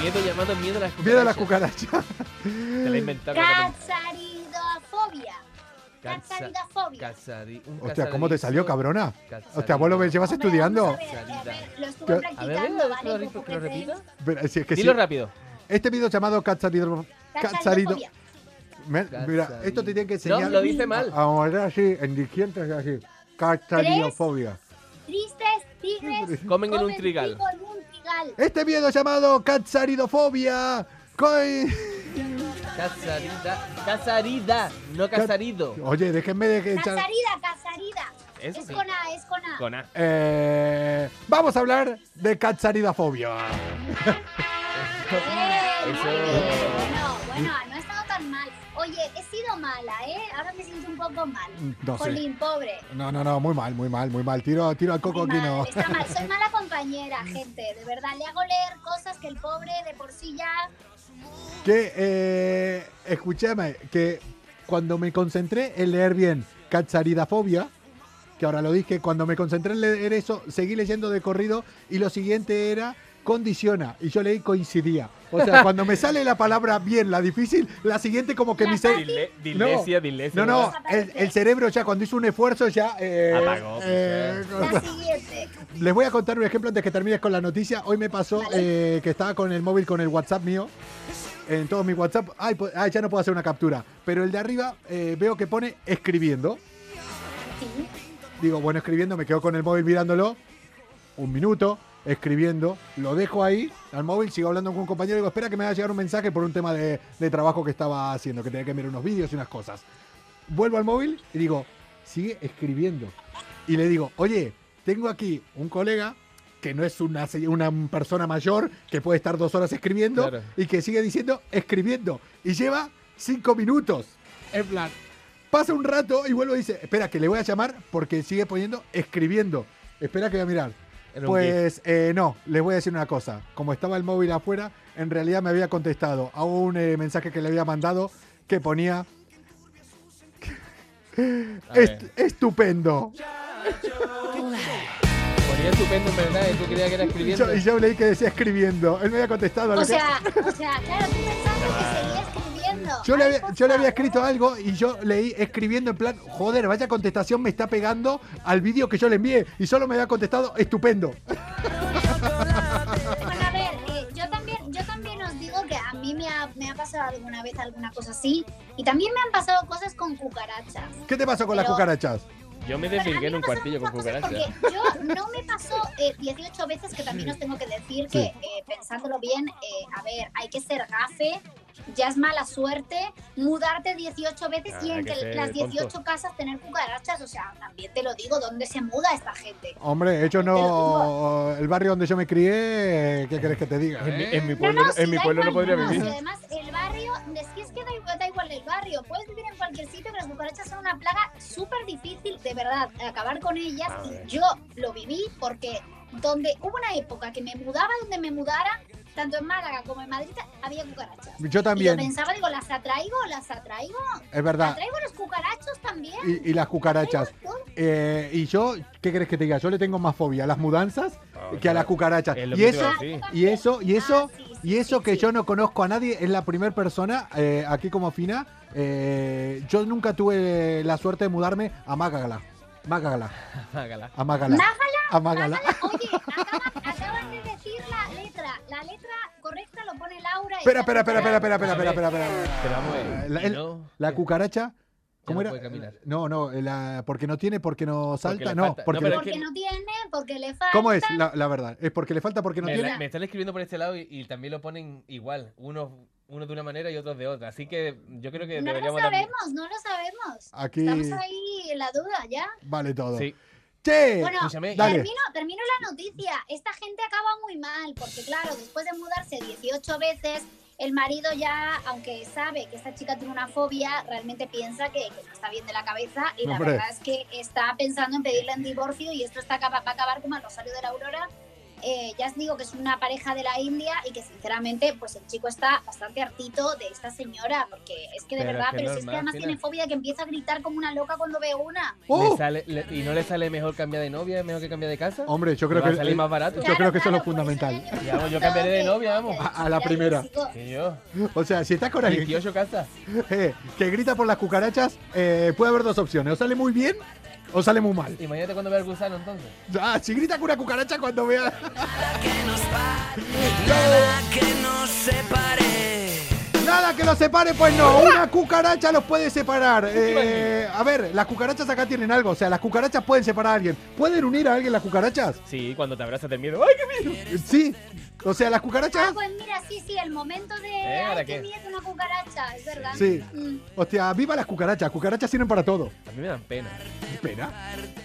Miedo llamado miedo a las cucarachas.
miedo a las cucarachas.
Te la inventaron.
Cacharidofobia. Cacharidofobia.
Hostia, ¿cómo te salió, cabrona? Hostia, vos
abuelo
lo llevas
Hombre, vamos
estudiando.
a ver, a ver, Lo
Yo-
estuve
A
a
ver, ¿ves?
practicando,
¿Que lo
¿vale?
repito- que lo repito?
Pero, si es que sí.
Dilo rápido.
Este miedo llamado catsarido. Catsarido.
Cacharidofobia.
Me- Mira, esto te tiene que
No,
enseñar.
lo dice mal.
Ahora sí, en diciembre es así. Catariofobia.
Tristes tigres
Comen en un
comen
trigal. Eh,
trigo en un trigal.
Este miedo llamado catsaridofobia. coi-
Casarida. Casarida, no casarido.
Oye, déjenme de que echar-
Casarida, casarida.
Eso
es
sí.
con A, es con A.
Con A.
Eh, vamos a hablar de catsaridofobia.
Eh,
Eso-
muy bien. Bueno, bueno, no he estado tan mal. Oye, he sido mala, ¿eh? Ahora me siento un poco mal.
Mm,
No sé.
Jolín, pobre.
No, no, no, muy mal, muy mal, muy mal. Tiro, tiro al coco
Muy
aquí,
mal,
no.
Está mal, soy mala compañera, gente. De verdad, le hago leer cosas que el pobre de por sí ya.
Que, eh, escúchame, que cuando me concentré en leer bien Catsaridafobia, que ahora lo dije, cuando me concentré en leer eso, seguí leyendo de corrido y lo siguiente era condiciona. Y yo leí coincidía. O sea, cuando me sale la palabra bien, la difícil, la siguiente como que
La
mi cerebro...
fácil.
Dile- Dilesia, dilesia.
No, no, el, el cerebro ya cuando hizo un esfuerzo ya... eh,
Apagó, pues,
eh,
La siguiente.
les voy a contar un ejemplo antes que termines con la noticia. Hoy me pasó eh, que estaba con el móvil, con el WhatsApp mío. En todos mis WhatsApp. Ay, po- ay, ya no puedo hacer una captura. Pero el de arriba eh, veo que pone escribiendo.
Sí.
Digo, bueno, escribiendo, me quedo con el móvil mirándolo. Un minuto, escribiendo. Lo dejo ahí al móvil, sigo hablando con un compañero. Digo, espera que me va a llegar un mensaje por un tema de, de trabajo que estaba haciendo, que tenía que mirar unos vídeos y unas cosas. Vuelvo al móvil y digo, sigue escribiendo. Y le digo, oye, tengo aquí un colega que no es una, se- una persona mayor que puede estar dos horas escribiendo
Claro.
y que sigue diciendo escribiendo. Y lleva cinco minutos. En plan, Pasa un rato y vuelvo y dice, espera, que le voy a llamar porque sigue poniendo escribiendo. Espera que voy a mirar.
Era un
Pues eh, no, les voy a decir una cosa. Como estaba el móvil afuera, en realidad me había contestado a un eh, mensaje que le había mandado que ponía
A ver.
"Est- estupendo.
Ponía estupendo, en verdad, y tú creías que era escribiendo.
Yo- y yo leí que decía escribiendo. Él me había contestado. a lo
O
que-
sea, o sea, claro, tú pensando que seguía escribiendo.
yo, le
Ay,
había,
por
yo le había
favor.
escrito algo y yo leí escribiendo en plan, joder, vaya contestación me está pegando al vídeo que yo le envié. Y solo me había contestado estupendo.
Bueno, a ver, eh, yo, también, yo también os digo que a mí me ha, me ha pasado alguna vez alguna cosa así. Y también me han pasado cosas con cucarachas.
¿Qué te pasó con las
Pero-
cucarachas?
Yo me
Pero a mí
desvirgué en
me
un
pasaron
cuartillo con
muchas cosas
cucarachas.
Porque yo no me pasó eh, 18 veces, que también os tengo que decir que, eh, pensándolo bien, eh, a ver, hay que ser gafe, ya es mala suerte, mudarte 18 veces
Ah,
y
hay que
entre
ser
las 18
tonto.
casas tener cucarachas, o sea, también te lo digo, ¿dónde se muda esta gente?
Hombre, ellos
Pero
no. El barrio donde yo me crié, ¿qué crees que te diga?
En mi,
eh?
en mi
No,
pueblo,
no,
en
sí,
mi
da
pueblo no
igual,
podría
no, sí,
vivir.
además, el barrio, es que, es que da, igual, da igual el barrio. Puedes vivir en cualquier sitio, pero las cucarachas son una plaga súper difícil, de verdad, acabar con ellas.
A ver.
Y yo lo viví porque donde hubo una época que me mudaba donde me mudara, tanto en Málaga como en Madrid, había cucarachas.
Yo
Y yo
también,
pensaba, digo, ¿las atraigo? ¿Las atraigo?
es verdad.
¿Atraigo los cucarachos también?
Y, y las cucarachas. Eh, y yo, ¿qué crees que te diga? Yo le tengo más fobia a las mudanzas que a las cucarachas.
Es lo
Y
que te
eso,
iba a
Ah,
decir.
yo también.
y eso, y
Ah,
eso,
sí, sí,
y eso
sí,
que
sí.
yo no conozco a nadie, es la primera persona eh, aquí como Fina. eh, yo nunca tuve la suerte de mudarme a Mágala. Mágala.
Hágala.
A Mágala. A Mágala.
Málaga, Oye, acaban, acaban de decir la letra. La letra correcta lo pone Laura. y
Espera,
está
espera, espera, espera, espera, espera,
A ver.
espera, espera, espera.
Pero vamos a ver,
La-
y
el-
no,
La
que-
cucaracha. ¿Cómo
no
era?
puede caminar.
No, no, eh, la- porque no tiene, porque no salta,
le
no,
falta. No,
porque
pero
le-
Porque
que-
no tiene, porque le falta.
¿Cómo es la, la verdad? Es porque le falta porque no
me,
tiene.
la- me están escribiendo por este lado y, y también lo ponen igual, unos uno de una manera y otros de otra. Así que yo creo que
No lo
deberíamos también-
sabemos, no lo sabemos.
Aquí
Estamos ahí en la duda ya.
vale todo.
Sí.
Che,
Bueno,
escúchame,
dale.
Termino, termino la noticia. Esta gente acaba muy mal, porque claro, después de mudarse 18 veces, el marido ya, aunque sabe que esta chica tiene una fobia, realmente piensa que, que no está bien de la cabeza y la
Hombre.
verdad es que está pensando en pedirle en divorcio y esto está acaba- va a acabar como el Rosario de la Aurora. Eh, ya os digo que es una pareja de la India y que sinceramente pues el chico está bastante hartito de esta señora porque es que
Pero
de
es
verdad,
que
pero si es
normal,
que además
Fina.
tiene fobia que empieza a gritar como una loca cuando ve una.
¡Oh!
Le sale- le- ¿Y no le sale mejor cambiar de novia? ¿Mejor que cambiar de casa?
Hombre, yo
¿Le
creo
va
que.
a salir más barato?
Yo creo que eso es lo
por ya
fundamental.
le hemos
Ya, vamos, yo
preguntado
cambiaré de
que-
novia,
que-
vamos.
A- a la
ya,
primera.
chico,
Que yo.
eh, O sea, si está con alguien
28 casas.
eh, que grita por las cucarachas, eh, puede haber dos opciones. O sale muy bien o sale muy mal.
Imagínate cuando vea el gusano entonces.
Ah, si grita con una cucaracha cuando vea. Nada que los separe, pues no, una cucaracha los puede separar. Eh, a ver, las cucarachas acá tienen algo, o sea, las cucarachas pueden separar a alguien. ¿Pueden unir a alguien las cucarachas?
Sí, cuando te abrazas del miedo. ¡Ay, qué miedo!
Eh, Sí. O sea, las
Ah,
cucarachas.
pues mira, sí, sí, el momento de.
Eh, ¿ahora
ay,
qué?
qué miedo, una cucaracha, es verdad.
Sí.
Mm.
Hostia, viva las cucarachas. Cucarachas sirven para todo.
A mí me dan pena.
Qué Pena.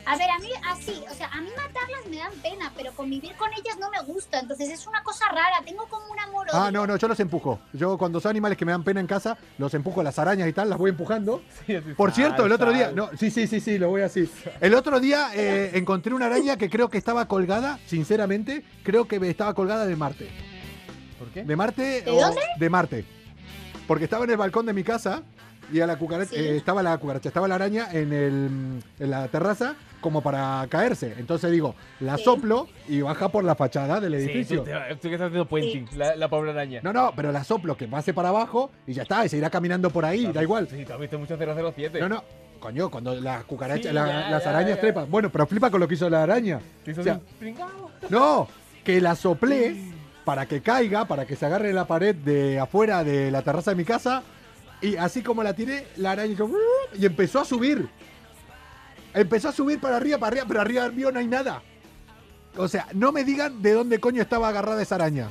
A ver, a mí, así, o sea, a mí matarlas me dan pena, pero convivir con ellas no me gusta, entonces es una cosa rara, tengo como un amor.
Ah, no, no, yo los empujo. Yo cuando son animales que me dan pena en casa, los empujo las arañas y tal, las voy empujando. Por cierto, el otro día, no, sí, sí, sí, sí, lo voy así. El otro día eh, encontré una araña que creo que estaba colgada, sinceramente, creo que estaba colgada de Marte.
¿Por qué?
¿De Marte?
¿De
o-
dónde?
De Marte. Porque estaba en el balcón de mi casa y a la cucaracha,
Sí.
eh, estaba la cucaracha, estaba la araña en, el, en la terraza como para caerse. Entonces digo, la
Sí.
soplo y baja por la fachada del
Sí,
edificio.
tú, te- tú que estás haciendo puenting, la, la pobre araña.
no, no, pero la soplo que pase para abajo y ya está, y se irá caminando por ahí, da igual.
Sí, tú has visto mucho 007.
No, no. Coño, cuando las cucarachas,
Sí,
la-
ya,
las
ya,
arañas
ya.
trepan. Bueno, pero flipa con lo que hizo la araña.
Te hizo
O sea,
un pringao.
No, que la soplé para que caiga, para que se agarre la pared de afuera de la terraza de mi casa. Y así como la tiré, la araña hizo "Bruh", y empezó a subir. Empezó a subir para arriba, para arriba, pero arriba mío no hay nada. O sea, no me digan de dónde coño estaba agarrada esa araña.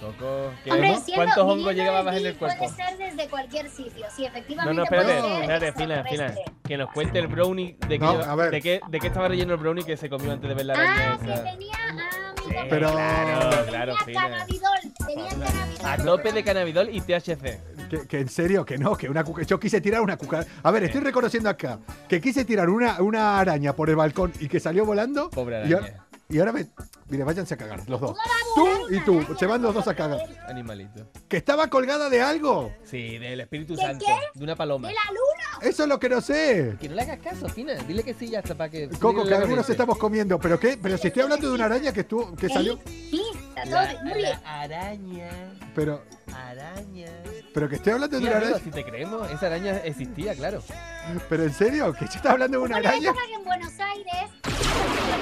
Coco, ¿qué?
Hombre,
¿no?
siendo-
¿cuántos
viniendo
hongos
de
llegabas en
mí,
el cuerpo?
Puede ser desde cualquier sitio, sí,
No,
efectivamente.
no, espérate,
puede ser
espérate, fina, fina.
extraterrestre.
Que nos cuente el brownie de qué,
No, a ver.
de, qué, de qué estaba relleno el brownie que se comió antes de ver la araña.
Ah, que
esa.
tenía. Ah,
Sí,
amigo,
Pero-
Claro, claro,
tenía
fina.
cannabidol, tenía cannabidol.
A tope de cannabidol y THC.
Que, que en serio, que no, que una cuca- yo quise tirar una cucaracha. A ver, estoy reconociendo acá que quise tirar una, una araña por el balcón y que salió volando.
Pobre
Y
araña.
ahora, y ahora me. Mire, váyanse a cagar, los dos.
¿Cómo va a
Tú
volar
y
una
tú,
araña
se van los
por
dos a cagar.
el-
Animalito.
Que estaba colgada de algo.
Sí, del Espíritu
¿De
Santo. De una paloma.
De la luna.
Eso es lo que no sé.
Que no le hagas caso, Fina. Dile que sí, ya hasta para que.
Coco, que
la
algunos
cabeza.
estamos comiendo, pero qué, pero si estoy hablando de una araña que estuvo,
¿Eh?
que salió,
Sí, está todo
La,
bien, muy bien.
la araña.
pero,
Araña.
pero que estoy hablando de
Sí,
una
amigo,
araña,
si te creemos, esa araña existía, claro.
pero en serio, que yo estaba hablando de una
Bueno,
araña.
yo creo que en Buenos Aires.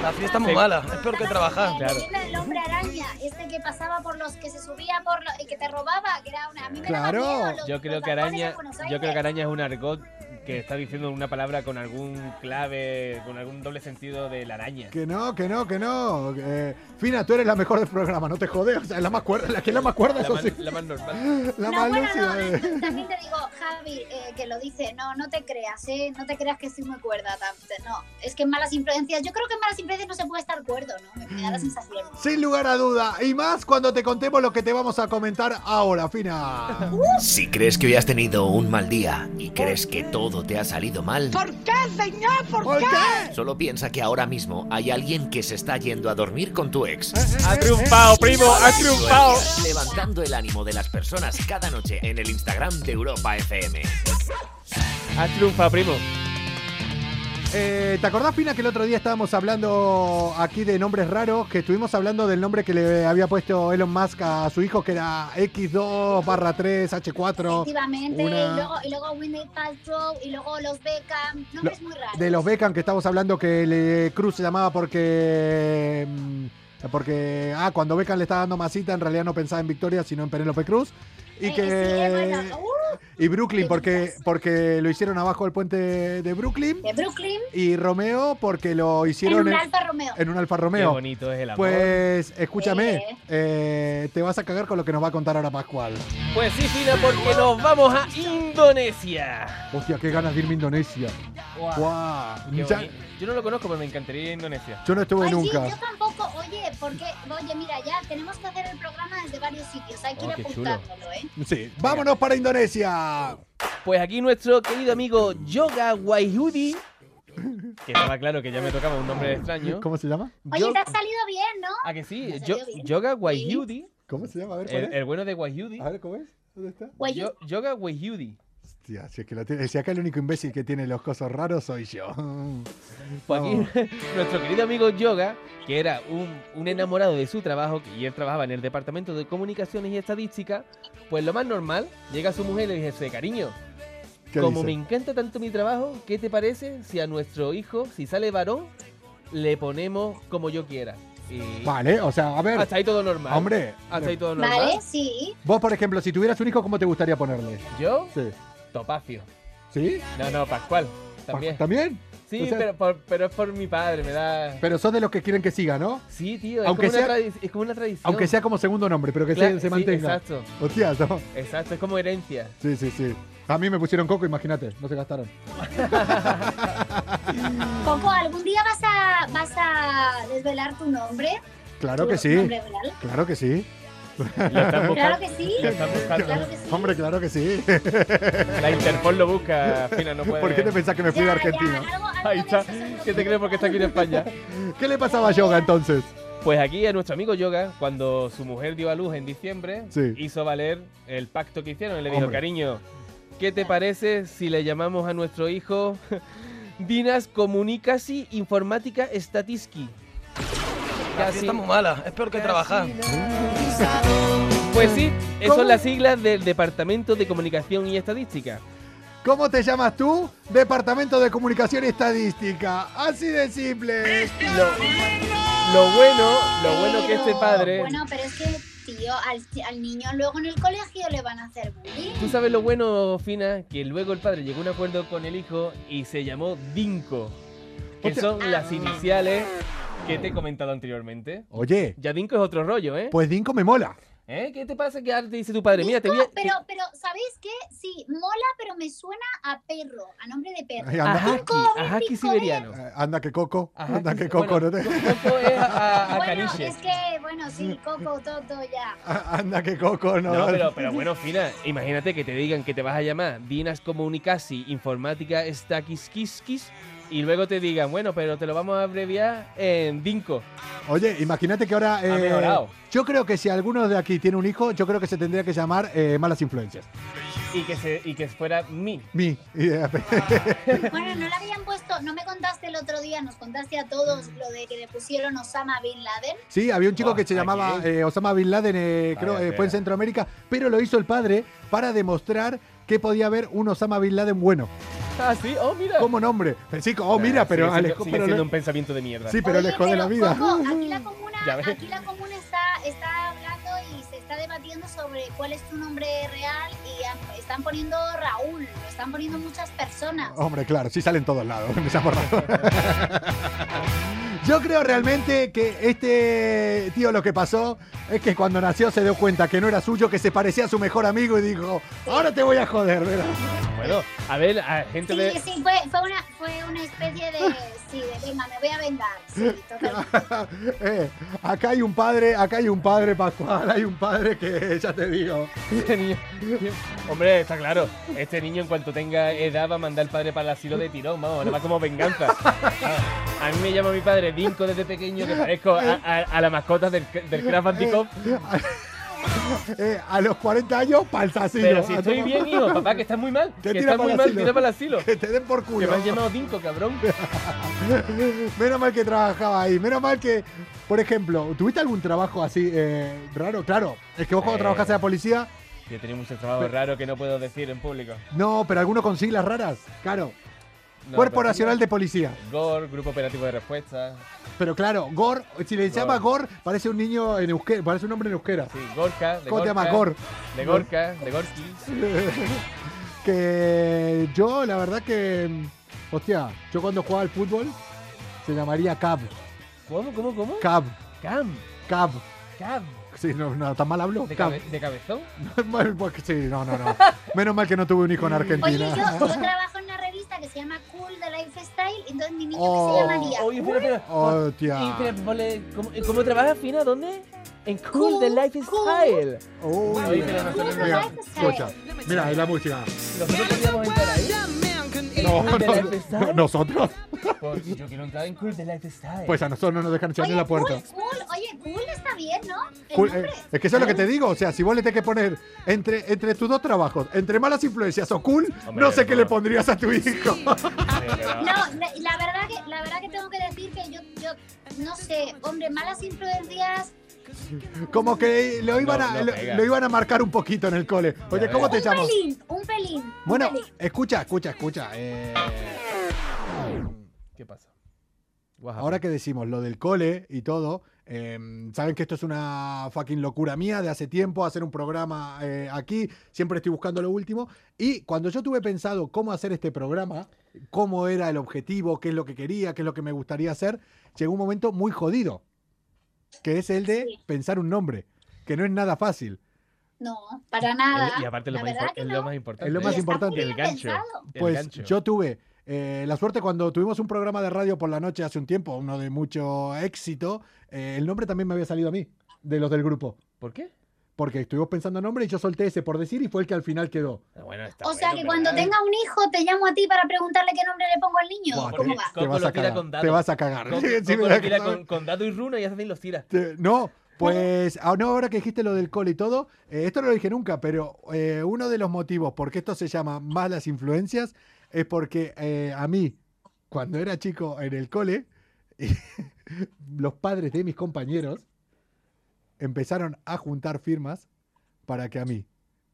La fiesta es muy mala, es peor que trabajar.
La
Claro.
leyenda del hombre araña, este que pasaba por los que se subía por lo, y que te robaba, que era una. A mí me daba
Claro.
miedo los-
Yo creo
los
que
balcones de
araña,
Buenos
yo creo
Aires.
que araña es un argot que está diciendo una palabra con algún clave, con algún doble sentido de la araña.
Que no, que no, que no. eh, Fina, tú eres la mejor del programa, no te jodes. O sea, la más cuerda, la que es la más cuerda,
La
eso
más,
sí.
la más normal.
La
no,
más
bueno, no,
lúcida. eh.
eh, también te digo, Javi, eh, que lo dice, no, no te creas, eh, no te creas que estoy muy cuerda, tam- te- no, es que en malas influencias, yo creo que en malas influencias no se puede estar cuerdo, ¿no? Me, me da
Mm.
la sensación.
Sin lugar a duda. Y más cuando te contemos lo que te vamos a comentar ahora, Fina.
Si crees que hoy has tenido un mal día y crees que todo te ha salido mal,
¿Por qué?
solo piensa que ahora mismo hay alguien que se está yendo a dormir con tu ex.
¡Ha triunfado, primo! ¡Ha triunfado!
Levantando el ánimo de las personas cada noche en el Instagram de Europa FM.
¡Ha triunfado, primo!
Eh, ¿Te acordás, Fina, que el otro día estábamos hablando aquí de nombres raros? Que estuvimos hablando del nombre que le había puesto Elon Musk a su hijo, que era X2 barra 3 H4.
Efectivamente,
una-
y luego, y luego Winnie Paltrow, y luego los Beckham, nombres muy raros.
De los Beckham que estamos hablando que le- Cruz se llamaba porque. mm, Porque. Ah, cuando Beckham le estaba dando masita, en realidad no pensaba en Victoria, sino en Penélope Cruz. Y
Eh,
que.
sí, eh, bueno, uh,
Y Brooklyn, porque, porque lo hicieron abajo del puente de Brooklyn.
De Brooklyn,
Y Romeo, porque lo
en
hicieron
un
en,
Alfa Romeo.
en un Alfa
Qué
Romeo.
bonito es el amor. Pues,
Pues escúchame,
Sí.
eh, te vas a cagar con lo que nos va a contar ahora Pascual.
Pues
sí, Fina, porque nos vamos a Indonesia.
Hostia, qué ganas de irme a Indonesia. Guau.
Qué
Ya-
boni- Yo no lo conozco, pero me encantaría ir a Indonesia.
yo no estuve
Ay, sí,
nunca.
yo tampoco. Oye, porque, oye, mira, ya tenemos que hacer el programa desde varios sitios. Hay que
Oh,
ir
qué
apuntándolo, ¿eh?
Sí. Vámonos para Indonesia.
Pues aquí nuestro querido amigo Yoga Waihudi.
Que estaba claro que ya me tocaba un nombre extraño.
¿Cómo se llama?
Oye,
Yo-
te ha salido bien, ¿no?
¿A que sí?
Me
Yo-
salió bien.
Yoga Waihudi.
¿Cómo se llama? A ver, ¿cuál
El,
es?
el bueno de Wahyudi.
A ver, ¿cómo es? ¿Dónde está?
Güey,
Yo- Yoga Wahyudi.
Hostia, si, es que lo tiene- si acá el único imbécil que tiene los cosos raros soy yo.
Pues aquí
Vamos.
nuestro querido amigo Yoga, que era un, un enamorado de su trabajo, que- y él trabajaba en el departamento de comunicaciones y estadística, pues lo más normal, llega su mujer y le dice, cariño,
¿Qué
como
dice?
me encanta tanto mi trabajo, ¿qué te parece si a nuestro hijo, si sale varón, le ponemos como yo quiera? Y
Vale, o sea, a ver,
hasta ahí todo normal.
hombre,
Hasta ahí todo normal.
Vale, sí.
vos por ejemplo, si tuvieras un hijo, ¿cómo te gustaría ponerle?
Yo,
Sí.
Topacio.
¿Sí?
No, no, Pascual. También.
Pa- ¿También?
sí,
o sea-
pero, por- pero es por mi padre, me da...
Pero sos de los que quieren que siga, ¿no?
Sí, tío, es,
Aunque
como, una
sea-
tradi- es como una tradición.
Aunque sea como segundo nombre, pero que
Cla-
se, se
sí,
mantenga.
exacto,
Hostia, ¿no?
exacto, es como herencia.
Sí, sí, sí. A mí me pusieron coco, imagínate, no se gastaron.
Coco, ¿algún día vas a, vas a desvelar tu nombre?
Claro
Tu
que sí,
nombre real.
claro que sí.
Lo están
Claro
buscando.
que sí.
Lo están
Claro
buscando.
que sí.
Hombre, claro que sí.
La Interpol lo busca, Fina, no puede.
¿Por qué te pensás que me fui de
Ya,
Argentina?
ya, algo- algo
Ahí
de
está.
eso seguro
Que te
que
crees porque está aquí en España.
¿Qué le pasaba a Yoga entonces?
Pues aquí a nuestro amigo Yoga, cuando su mujer dio a luz en diciembre,
Sí.
hizo valer el pacto que hicieron. Y le dijo,
Hombre.
cariño, ¿qué te parece si le llamamos a nuestro hijo Dinas Comunicasi Informática Statiski? Casi-
mala, es peor que trabajar.
Pues sí, esas
¿Cómo?
son las siglas del Departamento de Comunicación y Estadística.
¿Cómo te llamas tú? Departamento de Comunicación y Estadística. Así de simple.
Lo bueno, lo bueno que
Pero,
este padre...
Bueno, pero es que, tío, al, al niño luego en el colegio le van a hacer bullying.
Tú sabes lo bueno, Fina, que luego el padre llegó a un acuerdo con el hijo y se llamó Dinko, que
Hostia.
son
Ah.
las iniciales que te he comentado anteriormente.
Oye,
Ya Dinko es otro rollo, ¿eh?
pues Dinko me mola.
¿Eh? ¿Qué te pasa que ahora te dice tu padre? Mira, te voy
Disco,
a-
pero, pero, ¿sabéis qué? Sí, mola, pero me suena a perro, a nombre de perro.
Ay,
Ajaki,
Anda,
Dinko, ven,
Ajaki
Dinko,
siberiano.
eh, anda que coco,
Ajaki-
anda que coco,
bueno,
no te-
Coco es a, a
Bueno,
caniche.
es que, bueno, sí, Coco, Toto, ya.
Ah, anda que coco, no.
No, pero, pero bueno, Fina, imagínate que te digan que te vas a llamar Dinas Comunicasi Informática Stakiskiskis y luego te digan, bueno, pero te lo vamos a abreviar en Dinko.
Oye, imagínate que ahora. eh,
mejorado.
yo creo que si alguno de aquí tiene un hijo, yo creo que se tendría que llamar eh, Malas Influencias.
Y que, se, y que fuera mi.
Mi. Y, eh,
Bueno, no le habían puesto, no me contaste el otro día, nos contaste a todos lo de que le pusieron Osama Bin Laden.
Sí, había un chico
Buah,
que se llamaba
aquí.
eh, Osama Bin Laden, eh,
Ah, Vaya
creo, eh,
tela.
fue en Centroamérica, pero lo hizo el padre para demostrar que podía haber un Osama Bin Laden bueno.
Ah, sí, oh, mira.
Como nombre. Eh, Sí, oh, mira, pero
sigue,
ale-
siendo, sigue
pero
siendo
le-
un pensamiento de mierda.
Sí, pero
Oye,
lejos de la vida.
Coco, aquí la comuna,
Ya ves.
aquí la comuna está, está hablando y se está debatiendo sobre cuál es tu nombre real y han- están poniendo Raúl, lo están poniendo muchas personas.
Hombre, claro, sí salen todos lados. me llamo Raúl. Yo creo realmente que este tío lo que pasó es que cuando nació se dio cuenta que no era suyo, que se parecía a su mejor amigo y dijo, ahora te voy a joder, ¿verdad?
Bueno, a ver, a gente
Sí,
de.
sí, fue, fue, una, fue una especie de, sí, de, venga, me voy a vengar. Sí, totalmente.
Eh, acá hay un padre, acá hay un padre, Pascual, hay un padre que ya te digo.
Este niño- Hombre, está claro. Este niño, en cuanto tenga edad, va a mandar al padre para el asilo de tirón. Vamos, nada más como venganza. Ah, A mí me llama mi padre Dinko desde pequeño, que parezco a, a- a la mascota del, del Craft Bandicoot.
Eh, a los 40 años, palsacino.
Pero si estoy bien, hijo, papá, que estás muy mal.
Que tira
Que estás
para
muy
el
mal,
asilo.
tira para el asilo.
Que te den por
Que
culo.
me has llamado Dinko, cabrón.
Menos mal que trabajaba ahí. Menos mal que, por ejemplo, ¿tuviste algún trabajo así eh, raro? Claro, es que vos cuando
Eh.
trabajás en la policía,
Yo tenía muchos trabajos raros que no puedo decir en público.
no, pero alguno con siglas raras. Claro,
No,
Cuerpo
pero-
Nacional de Policía.
GOR, Grupo Operativo de Respuesta.
Pero claro, Gor, si le
Gor.
llama Gor, parece un niño en euskera, parece un hombre en euskera.
Sí, Gorka. De
¿Cómo te
Gorka,
llamas Gor?
De Gorka, de Gorki.
que yo, la verdad que. Hostia, yo cuando jugaba al fútbol se llamaría Cab.
¿Cómo, cómo, cómo?
Cab,
Cam.
Cab.
Cam.
Sí, no, no, tan mal hablo.
De,
Cab.
cabe- de cabezón.
Mal, porque sí, no, no, no. Menos mal que no tuve un hijo en
Oye,
Argentina.
yo, yo trabajo en una revista que se llama Cool de Lifestyle, entonces mi niño
Oh.
que se llamaría
Oye, espera, espera. Y,
Hostia.
espera, ponle- ¿cómo, ¿Cómo trabajas, Fina? ¿Dónde? En Cool,
Cool,
The Life is
cool.
Style.
Uy,
Oye, pero no
se
mira,
me- Ah,
escucha, mira, es la música.
Nosotros ¿eh? podríamos entrar ahí.
No,
Cool, The
no,
Life is Style.
no, nosotros,
Pues, yo quiero entrar en Cool, The Life is Style.
pues a nosotros no nos dejan echar
Oye,
ni la puerta.
Cool, cool, oye, cool está bien, ¿no? El
Cool,
nombre.
eh, es que eso es lo que te digo, o sea, si vos le tenés que poner entre, entre tus dos trabajos, entre malas influencias o cool,
Hombre,
no sé qué
no.
le pondrías a tu hijo.
No, la, la verdad que la verdad que tengo que decir que yo, yo no sé, hombre, malas influencias.
Como que lo iban,
No,
a,
no
lo,
pega.
lo iban a marcar un poquito en el cole. Oye,
Ya
¿cómo te
Un
llamas?
pelín, un pelín. un
Bueno,
pelín.
escucha, escucha, escucha. eh,
¿Qué pasa? Guaja.
ahora
pues.
que decimos lo del cole y todo, eh, saben que esto es una fucking locura mía de hace tiempo, hacer un programa eh, aquí, siempre estoy buscando lo último. Y cuando yo tuve pensado cómo hacer este programa, cómo era el objetivo, qué es lo que quería, qué es lo que me gustaría hacer, llegó un momento muy jodido, que es el de
Sí.
pensar un nombre, que no es nada fácil.
No, para
El-
nada.
y aparte lo
la
más,
verdad
impor-
que
es
no.
lo más importante.
Es lo más
Y está
importante.
muy
El
bien
gancho.
pensado.
El
Pues
gancho.
yo tuve eh, la suerte cuando tuvimos un programa de radio por la noche hace un tiempo, uno de mucho éxito, eh, el nombre también me había salido a mí, de los del grupo.
¿Por qué?
Porque estuvimos pensando en nombre y yo solté ese por decir y fue el que al final quedó.
Ah, Bueno, está
O sea
bueno,
que
pero-
cuando tenga un hijo te llamo a ti para preguntarle qué nombre le pongo al niño.
Buah,
¿Cómo
te,
va?
te
Coco
vas
lo
a
tira
cagar.
con dados.
te vas a cagar.
Coco-
Sí, me
Coco
vas a
lo tira
cagar.
con, con dado y runa y hace bien los tira.
Te- No, pues ah, no, ahora que dijiste lo del cole y todo, eh, esto no lo dije nunca, pero eh, uno de los motivos por qué esto se llama malas influencias es porque eh, a mí, cuando era chico en el cole, los padres de mis compañeros empezaron a juntar firmas para que a mí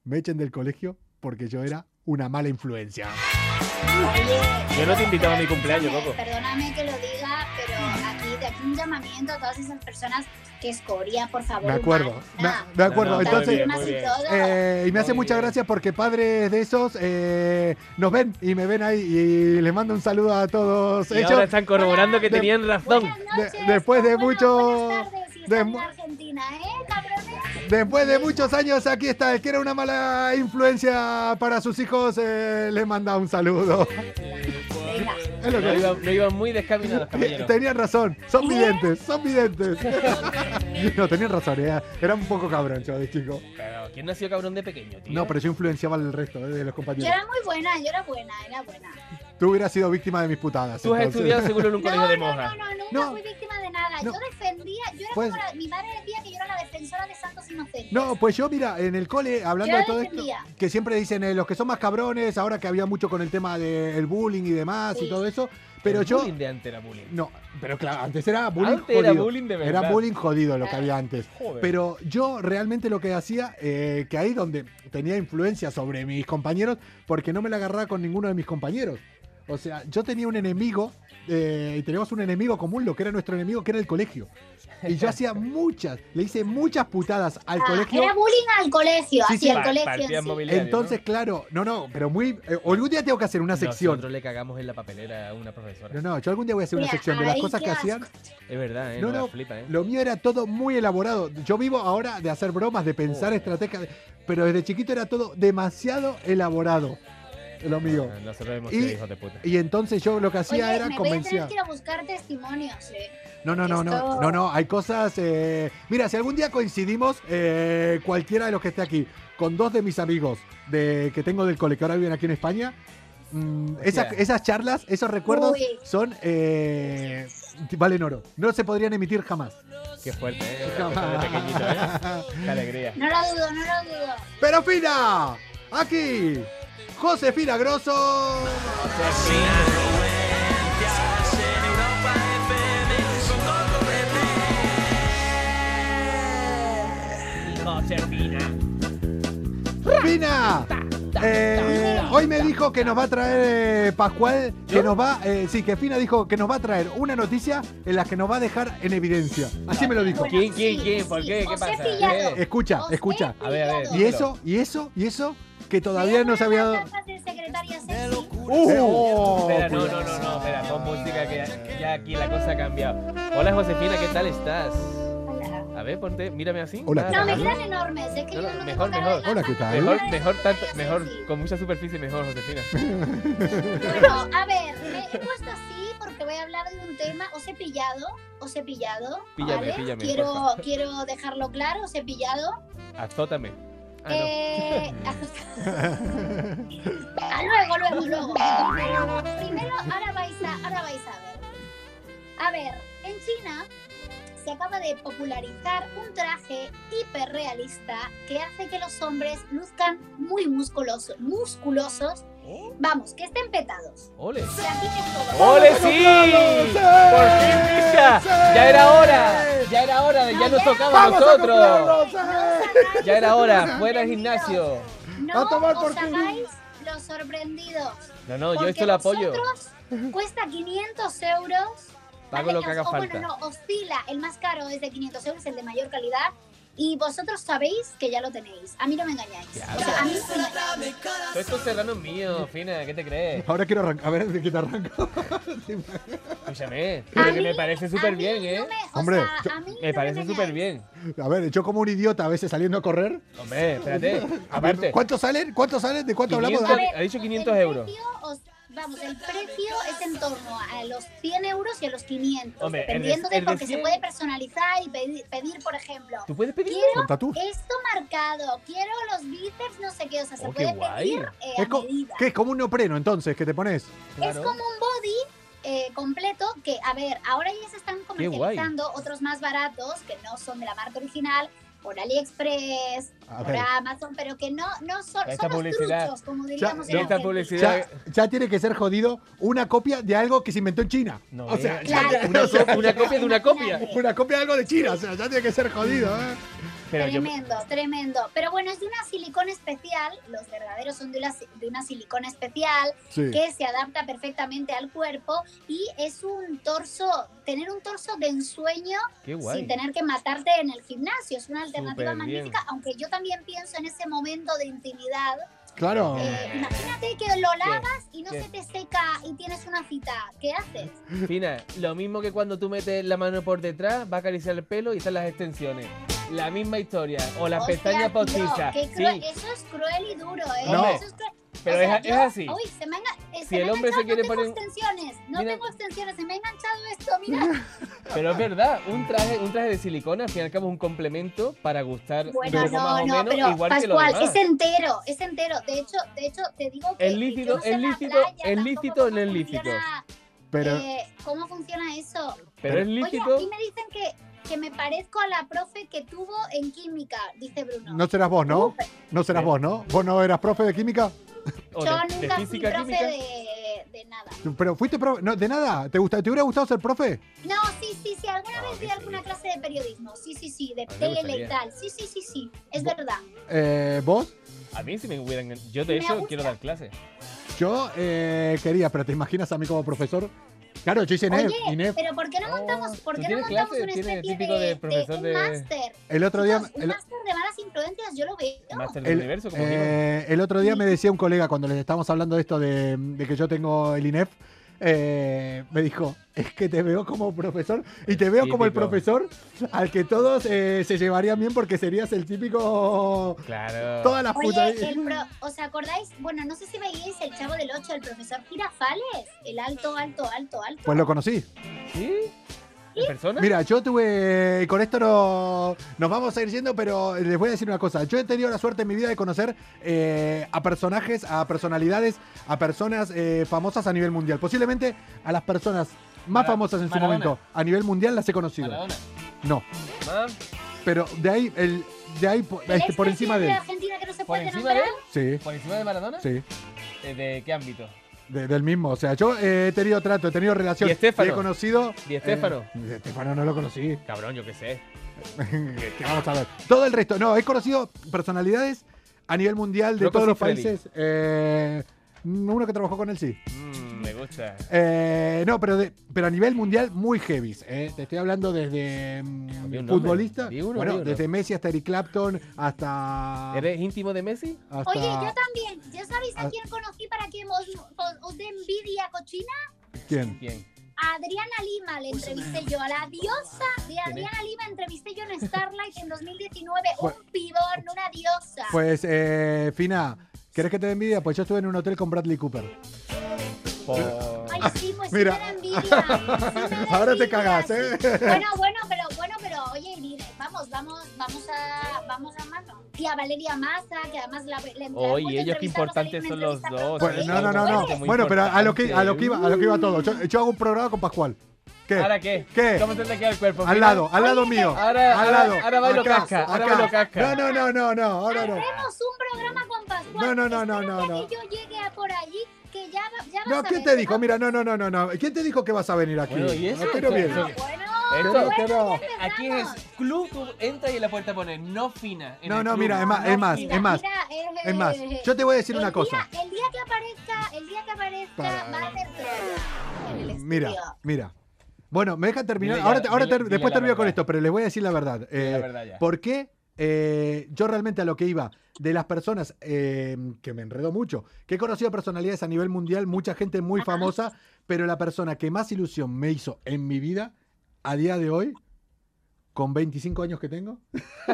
me echen del colegio porque yo era una mala influencia.
Yo no te invitaba a mi cumpleaños, Coco.
Perdóname que lo diga, pero aquí, de aquí un llamamiento a todas esas personas que escoria, por favor.
Me acuerdo,
humana.
me, me acuerdo.
No, no,
Entonces,
muy bien, muy bien.
Eh, y me hace
Muy
mucha
bien.
gracia porque padres de esos eh, nos ven y me ven ahí y les mando un saludo a todos
Y
ellos.
ahora están corroborando que
de-
tenían razón.
Buenas noches,
Eh, De- después de
buenas-
mucho-
buenas tardes, si
de
están en
mu-
Argentina, ¿eh, cabrones?
Después de muchos años aquí está el que era una mala influencia para sus hijos, eh, les manda un saludo.
Venga.
Es lo
No
que-
iban, no iban muy descaminados,
eh,
caballero.
Tenían razón,
¿Eh?
son videntes, son videntes. No, tenían razón, era, era un poco cabrón yo de chico.
Pero, ¿quién nació cabrón de pequeño, tío?
No, pero yo influenciaba al resto eh, de los
Yo
compañeros.
era muy buena, yo era buena, era buena.
Tú hubieras sido víctima de mis putadas.
Tú has
entonces.
estudiado seguro en un colegio
No,
de
no, no,
monjas.
no, nunca
No.
fui víctima de nada.
No.
Yo defendía, yo era
Pues-
como la- mi madre decía que yo era la defensora de santos inocentes.
No, pues yo, mira, en el cole, hablando
Yo
de todo
defendía.
esto, que siempre dicen eh, los que son más cabrones, ahora que había mucho con el tema del bullying y demás y
Sí.
todo eso, pero
El
yo.
bullying de antes era bullying.
No, pero claro, antes era bullying
Antes era
jodido.
bullying de
Era
verdad. Ah,
bullying jodido lo que había antes.
Joder.
Pero yo realmente lo que hacía, eh, que ahí donde tenía influencia sobre mis compañeros, porque no me la agarraba con ninguno de mis compañeros. O sea, yo tenía un enemigo, eh, y teníamos un enemigo común, lo que era nuestro enemigo, que era el colegio. Y yo hacía muchas, le hice muchas putadas al
Ah,
colegio.
Era bullying al colegio,
Sí, sí.
hacia
Pa-
el colegio.
partidas
en sí.
mobiliarias,
Entonces, claro, no, no, pero muy. eh, algún día tengo que hacer una sección.
Nosotros le cagamos en la papelera a una profesora.
No, no, yo algún día voy a hacer una
Mira,
sección de las
ay,
cosas
qué
que
asco.
hacían.
Es verdad, ¿eh?
No,
No,
no.
la flipa, ¿eh?
Lo mío era todo muy elaborado. Yo vivo ahora de hacer bromas, de pensar
Joder.
estrategias, pero desde chiquito era todo demasiado elaborado. Lo mío.
Ah, Nosotros hemos
Y-
sido hijos de puta.
Y entonces yo lo que hacía
Oye,
era
me voy a tener
convencía.
que ir a buscar testimonios, ¿eh?
No, no, no, no,
Esto-
no, no, hay cosas... eh, Mira, si algún día coincidimos, eh, cualquiera de los que esté aquí, con dos de mis amigos de, que tengo del cole, que ahora viven aquí en España, mm, esas,
Hostia.
esas charlas, esos recuerdos
Uy.
son... eh, valen oro. No se podrían emitir jamás.
Qué fuerte, ¿eh? Empezar de pequeñito, ¿eh? Qué alegría.
No lo dudo, no lo dudo.
Pero Fina, aquí, Josefina Grosso. Fina, eh, Hoy me dijo que nos va a traer eh, Pascual, que
¿Yo?
nos va, eh, sí, que Fina dijo que nos va a traer una noticia en la que nos va a dejar en evidencia. Así me lo dijo.
Bueno,
¿Quién, quién,
sí,
quién? ¿Por
sí,
qué? ¿Qué
os he
pasa?
pillado.
¿Qué?
Escucha,
Os he
escucha.
A ver, a ver.
pillado.
Y eso, y eso, y eso, que todavía
Veo
no se había dado.
unas gafas de secretaria sexy.
¡Uh!
Espera, no, no, no, no, espera, pon música que ya, ya aquí la cosa ha cambiado. Hola Josefina, ¿qué tal estás?
Hola.
A ver, ponte, mírame así.
Hola,
Ah,
¿qué
No,
tal?
me
ajá.
quedan enormes. Es que
No,
yo
no,
no
mejor,
tengo cara
mejor.
de
Hola, ¿qué tal?
Mejor, mejor, tanto,
Secretaria
mejor,
sexy.
con mucha superficie mejor, Josefina.
Bueno, a ver, me he puesto así porque voy a hablar de un tema. Os he pillado, os he pillado.
Píllame,
¿vale?
píllame,
Quiero,
porfa.
quiero dejarlo claro, os he pillado.
Azótame. Ah, no.
Eh, Ah, luego, luego, luego. Primero, primero, ahora, vais a, ahora vais a ver. A ver, en China se acaba de popularizar un traje hiperrealista que hace que los hombres luzcan muy musculosos, musculosos, vamos, que estén petados.
¡Ole!
Practiquen todo.
¡Ole, sí! ¡Por fin, Misha! ¡Ya era hora! ¡Ya era hora! ¡Ya nos tocaba a nosotros!
hagáis
¡Ya era
los
hora! ¡Fuera del
sorprendidos.
gimnasio!
No
A tomar por
os
culo.
hagáis los sorprendidos.
No, no, yo
Porque
esto lo apoyo.
vosotros Cuesta 500 euros.
Pago
¿vale?
lo que haga
O
falta.
Bueno, no, oscila. El más caro es de 500 euros, el de mayor calidad. Y vosotros sabéis que ya lo tenéis. A mí no me engañáis. O sea, a mí no me engañáis.
Todo esto serrano es mío, Fina, ¿qué te crees?
Ahora quiero arrancar. A ver, ¿de qué te arranco?
Escúchame,
A
pero que
mí-
me parece
a
súper
mí
bien,
no
¿eh?
me- o
Hombre,
sea,
yo-
a mí no
Me parece
engañáis.
súper bien.
A ver, yo como un idiota a veces saliendo a correr.
Hombre, espérate. Aparte,
¿Cuánto salen? ¿Cuánto salen? ¿De cuánto hablamos?
A
Dale, ha dicho 500
el
euros.
precio os- vamos, el precio es en torno a los 100 euros y a los 500.
Hombre, el de-
dependiendo de,
el de
porque se
100.
puede personalizar y pedir, pedir, por ejemplo,
¿tú puedes pedir?
quiero
¿Con tatú?
esto marcado, quiero los bíceps, no sé qué, o sea, se
Oh, qué
puede
guay.
pedir eh, a
Es co-
medida.
¿Qué? Es como un neopreno entonces que te pones.
Es como un body eh, completo que, a ver, ahora ya se están
Qué guay.
comercializando otros más baratos que no son de la marca original, por AliExpress,
A
por
ver.
Amazon, pero que no, no son,
Esta
son los
publicidad.
truchos, como diríamos en
Esta
Argentina.
publicidad.
Ya, ya tiene que ser jodido una copia de algo que se inventó en China.
No,
o sea,
eh,
ya-
claro.
o sea,
Una, copia de una copia.
una copia de algo de China. O sea, ya tiene que ser jodido, ¿eh?
Pero yo,
tremendo, tremendo. Pero bueno, es de una silicona especial, los verdaderos son de una, si- de una silicona especial
Sí.
que se adapta perfectamente al cuerpo y es un torso, tener un torso de ensueño
qué guay.
sin tener que matarte en el gimnasio. Es una alternativa
Súper
magnífica, aunque yo también pienso en ese momento de intimidad.
Claro.
Eh, imagínate que lo lavas y no
Oh. ¿Qué?
se te seca y tienes una cita. ¿Qué haces?
Fina, lo mismo que cuando tú metes la mano por detrás, va a acariciar el pelo y están las extensiones. La misma historia. O las
Hostia,
pestañas
tío,
postizas.
qué cruel.
Sí,
Eso es cruel y duro, ¿eh?
No,
Eso es cruel.
pero
O sea,
es,
yo-
es así.
Uy, se me ha engan- eh, se
Si
me
el
ha
hombre se
enganchado,
quiere
no tengo
poner-
extensiones, no
Mira-
tengo extensiones, se me ha enganchado esto, mira.
Pero es verdad, un traje, un traje de silicona, al fin y al cabo, es un complemento para gustar
Bueno,
un poco más
no,
o
no,
menos,
pero
igual
Pascual,
que lo
es
demás.
entero, es entero. De hecho, de hecho, te digo que
Es
que
lícito,
yo no sé
es
en la
lícito,
playa
es
tampoco
lícito,
cómo
no es lícito.
funciona,
Pero.
eh, ¿Cómo funciona eso?
Pero es lícito.
Oye, aquí me dicen que, que me parezco a la profe que tuvo en química, dice Bruno.
No serás vos, ¿no?
Uh,
No serás vos, ¿no? ¿Vos no eras profe de química?
o
yo
de, de
nunca fui
física,
profe
química.
de, de nada.
Pero fuiste profe. No, de nada. ¿Te, gusta, ¿Te hubiera gustado ser profe?
No, sí, sí, sí, alguna
Ah,
vez
qué
di alguna clase de periodismo. Sí, sí, sí, de
A mí me
tele y
gustaría.
tal. Sí, sí, sí, sí, es
Bu-
verdad.
Eh, ¿Vos?
A mí sí me hubieran. Yo de
Me
hecho
gusta.
quiero dar clases.
Yo eh, quería, pero ¿te imaginas a mí como profesor? Claro, yo hice NEF,
Oye,
INEF.
Pero ¿por qué no
Oh,
montamos, ¿por
¿tú
qué no
tienes
montamos
clase?
una
Tiene
especie de,
típico de
de
profesor
un
de-
máster?
El otro día.
Chicos, un
el-
máster de malas influencias, yo lo veo.
Master del
El,
universo, como digo.
eh, el otro día me decía un colega cuando les estábamos hablando de esto de, de que yo tengo el INEF, eh, me dijo, es que te veo como profesor y te veo como el
Típico.
profesor al que todos eh, se llevarían bien porque serías el típico...
Claro.
Todas las putas...
Oye, el pro- ¿os acordáis? Bueno, no sé si veíais el chavo del 8, el profesor Girafales, el alto, alto, alto, alto.
Pues lo conocí.
¿Sí? ¿En persona?
Mira, yo tuve. y Con esto no- nos vamos a ir yendo, pero les voy a decir una cosa. Yo he tenido la suerte en mi vida de conocer eh, a personajes, a personalidades, a personas eh, famosas a nivel mundial. Posiblemente a las personas más
Mara-
famosas en su
Maradona.
momento a nivel mundial las he conocido.
Maradona.
No,
Ma,
pero de ahí, el, de ahí po-
El
este, por encima de él.
Argentina que no se
¿Por
puede
encima de
nombrar.
él?
Sí,
¿Por encima de Maradona?
sí.
Eh, ¿De qué ámbito?
de- del mismo. O sea, yo eh, he tenido trato, he tenido relación.
Di Stéfano.
He conocido.
Di Stéfano.
eh, Di Stéfano no lo conocí.
Cabrón, yo qué sé.
Que vamos a ver. Todo el resto. No, he conocido personalidades a nivel mundial de
Rocco
todos los
Siffredi.
países. eh, Uno que trabajó con él sí.
Mm, me gusta.
Eh, no, pero, de- pero a nivel mundial muy heavy. eh. Te estoy hablando desde mm,
Había un nombre.
futbolista.
Había uno,
bueno,
había uno.
desde Messi hasta Eric Clapton, hasta.
¿Eres íntimo de Messi?
hasta-
Oye, yo también. ¿Ya sabéis
Ah.
a quién conocí para que os, os- os dé envidia cochina?
¿Quién?
¿Quién?
A Adriana Lima le entrevisté yo. A la diosa de Adriana Lima entrevisté yo en Starlight en 2019.
Bueno.
Un pibón, una diosa.
Pues, eh, Fina, ¿querés que te dé envidia? Pues yo estuve en un hotel con Bradley Cooper.
Por-
Ay, sí, pues
Ah, Mira.
sí me da envidia. sí me da
Ahora te
envidia,
cagás,
sí.
¿eh?
Bueno, bueno, pero bueno, pero oye, mire, vamos, vamos, vamos a vamos a mano. Y a Valeria Massa, que además la, la- la
Oye,
hemos
ellos qué
entrevistado, nos haré
importantes
una
son los
entrevista
dos,
pronto,
Bueno, Pues,
¿eh?
no, no, no,
Muy
no.
importante.
Bueno, pero a lo que, a lo que iba, a lo que iba todo. Yo, yo hago un programa con Pascual. ¿Qué?
¿Ahora qué?
¿Qué?
¿Cómo se te queda el cuerpo?
Al
Mira,
lado, al lado mío.
Ahora-
al
ahora-
lado.
ahora bailo
Acá,
casca, ahora
acá.
bailo casca.
No, no, no, no, no, ahora no.
Haremos un programa con Pascual.
No, no, no, no,
Espero
no,
que
no.
yo llegue a por allí, que ya, va- ya vas
No,
a
¿quién
ver,
te dijo?
¿no?
Mira, no, no, no, no, no. ¿Quién te dijo que vas a venir aquí?
Bueno, ¿y eso?
Aquí no
Eso-
viene.
eso-
Bueno,
Esto-
bueno,
que no.
ya empezamos.
Aquí es club, tú entras y la puerta pone no fina. en
No,
el
no,
club,
mira, es más, es más,
Mira,
es más.
mira, eh,
Es más, yo te voy a decir
el
una cosa.
día- el día que aparezca, el día que aparezca,
Para-
va a haber programa en el estudio.
Mira, mira. Bueno, me dejan terminar.
Dile ya,
ahora te- ahora
dile-
ter-
dile
después
la
termino con
verdad.
esto, pero les voy a decir la verdad. Eh,
la verdad ya.
¿Por qué? Eh, yo realmente a lo que iba, de las personas, eh, que me enredo mucho, que he conocido personalidades a nivel mundial, mucha gente muy famosa, pero la persona que más ilusión me hizo en mi vida, a día de hoy, con 25 años que tengo,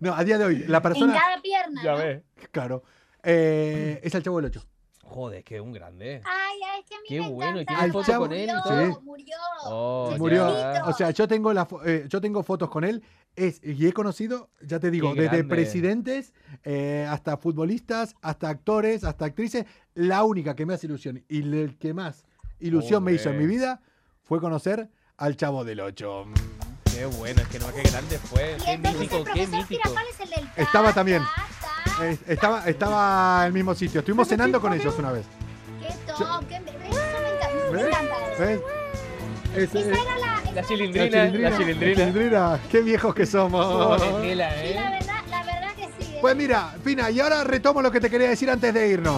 no, a día de hoy, la
En
persona,
cada pierna.
Ya
¿no?
ves.
claro, eh, es el Chavo del 8.
Joder, que un grande.
Ay, ay, es que a mí
Qué
me
bueno, y tiene
encantaba.
foto con
murió,
él y
todo. Sí.
Murió.
Oh,
Sí,
Murió,
Pobrecito.
o sea, yo tengo, la, fo- eh, yo tengo fotos con él es, y he conocido, ya te digo,
Qué
desde
grande.
presidentes eh, hasta futbolistas, hasta actores, hasta actrices. La única que me hace ilusión y el que más ilusión me hizo en mi
Joder.
vida fue conocer al Chavo del 8.
Qué bueno, es que no, qué grande fue.
Y
Qué
entonces el
mítico, qué
profesor
mítico.
Girafales, el del
Estaba
ta,
también.
ta, ta.
estaba, estaba en el mismo sitio, estuvimos cenando con ellos una vez.
Qué top, qué me- eso me encanta. Me
¿Ves?
encanta.
¿Ves? Es- es-
Esa era la,
La
la
cilindrina,
chilindrina,
la
la
cilindrina.
chilindrina, Qué viejos que somos.
Joder, Mila,
sí, la
¿eh?
verdad, la verdad que sí. ¿eh?
Pues mira, Fina, y ahora retomo lo que te quería decir antes de irnos.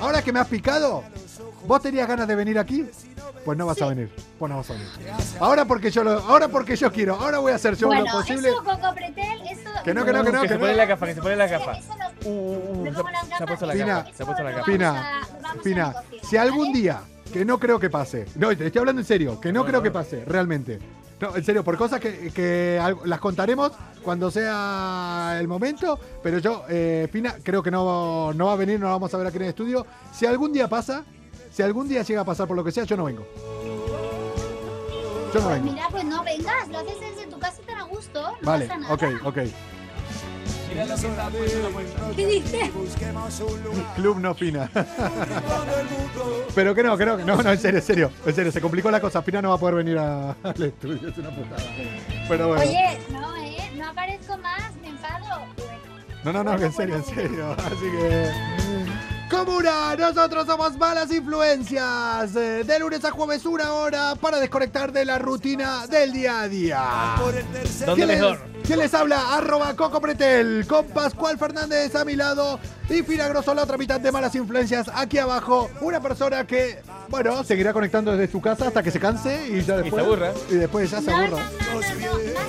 Ahora que me has picado, ¿vos tenías ganas de venir aquí? Pues no vas a venir. Pues no vas a venir. Ahora porque yo lo, ahora porque yo quiero, ahora voy a hacer yo
bueno,
lo posible.
eso Coco Pretel, eso.
Que no, que no, que no,
Que
que
se
no.
pone la gafa, que se pone la
Eso-
gafa.
eso lo-
Uh, uh, uh,
le
se,
pongo las
se ha puesto la
gafas.
gafa.
Eso
Se ha puesto la
lo
gafa.
vamos
Fina,
a- lo vamos a
Fina,
negociar,
si algún
¿vale?
día, que no creo que pase, no, te estoy hablando en serio, que no creo que pase, realmente. No, en serio, por cosas que, que algo- las contaremos cuando sea el momento, pero yo, eh, Fina, creo que no, no va a venir, no la vamos a ver aquí en el estudio. Si algún día pasa, si algún día llega a pasar por lo que sea, yo no vengo. Yo no
Pues
vengo.
mira, pues no vengas, lo haces desde tu casa tan a gusto, no
Vale,
pasa nada.
ok, ok.
Mira lo que está puesto en la puerta.
¿Qué dices?
Club no Fina. Pero que no, creo que no, no, en serio, en serio, en serio, se complicó la cosa. Fina no va a poder venir a- al estudio, es una putada. Pero bueno.
Oye, no, eh, no aparezco más, me enfado.
No, no, no, que en serio, en serio. Así que. Comuna, nosotros somos malas influencias. Eh, De lunes a jueves, una hora para desconectar de la rutina del día a día.
¿Dónde
¿Quién
mejor?
Les, quién les habla? Arroba Coco Pretel, con Pascual Fernández a mi lado y Fina Grosso, la otra mitad de malas influencias, aquí abajo. Una persona que, bueno, seguirá conectando desde su casa hasta que se canse y ya después.
aburra.
Y después ya se
No, no, no, no,
aburra.
no, más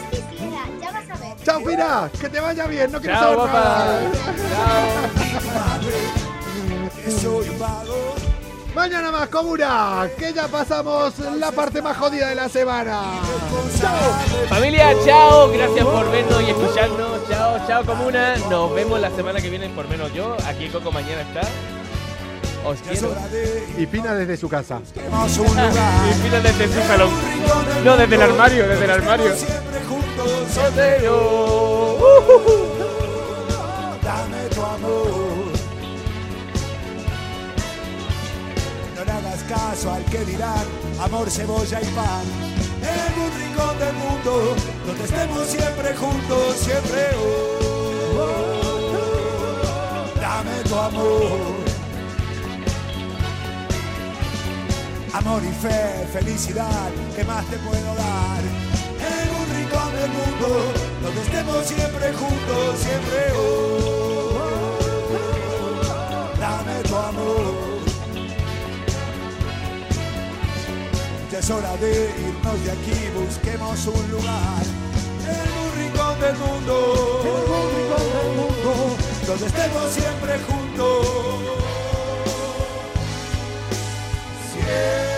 quisiera, ya vas a ver.
Chao, Fina, que te vaya bien, no quiero
Chao,
saber nada.
papá.
Mañana más comuna, que ya pasamos la parte más jodida de la semana.
Familia, chao, gracias por vernos y escucharnos. Chao, chao comuna. Nos vemos la semana que viene, por menos yo. Aquí Coco mañana está. Os quiero.
Y Pina desde su casa.
Y mira desde su salón. No, desde el armario, desde el armario.
Dame tu amor. No le hagas caso al que dirán amor, cebolla y pan. En un rincón del mundo donde estemos siempre juntos, siempre. oh, oh, oh, dame tu amor. Amor y fe, felicidad, ¿qué más te puedo dar? En un rincón del mundo, donde estemos siempre juntos, siempre. oh, oh, oh, dame tu amor. es hora de irnos de aquí, busquemos un lugar. En un rincón del mundo, en un rincón del mundo, donde estemos siempre juntos. Siempre.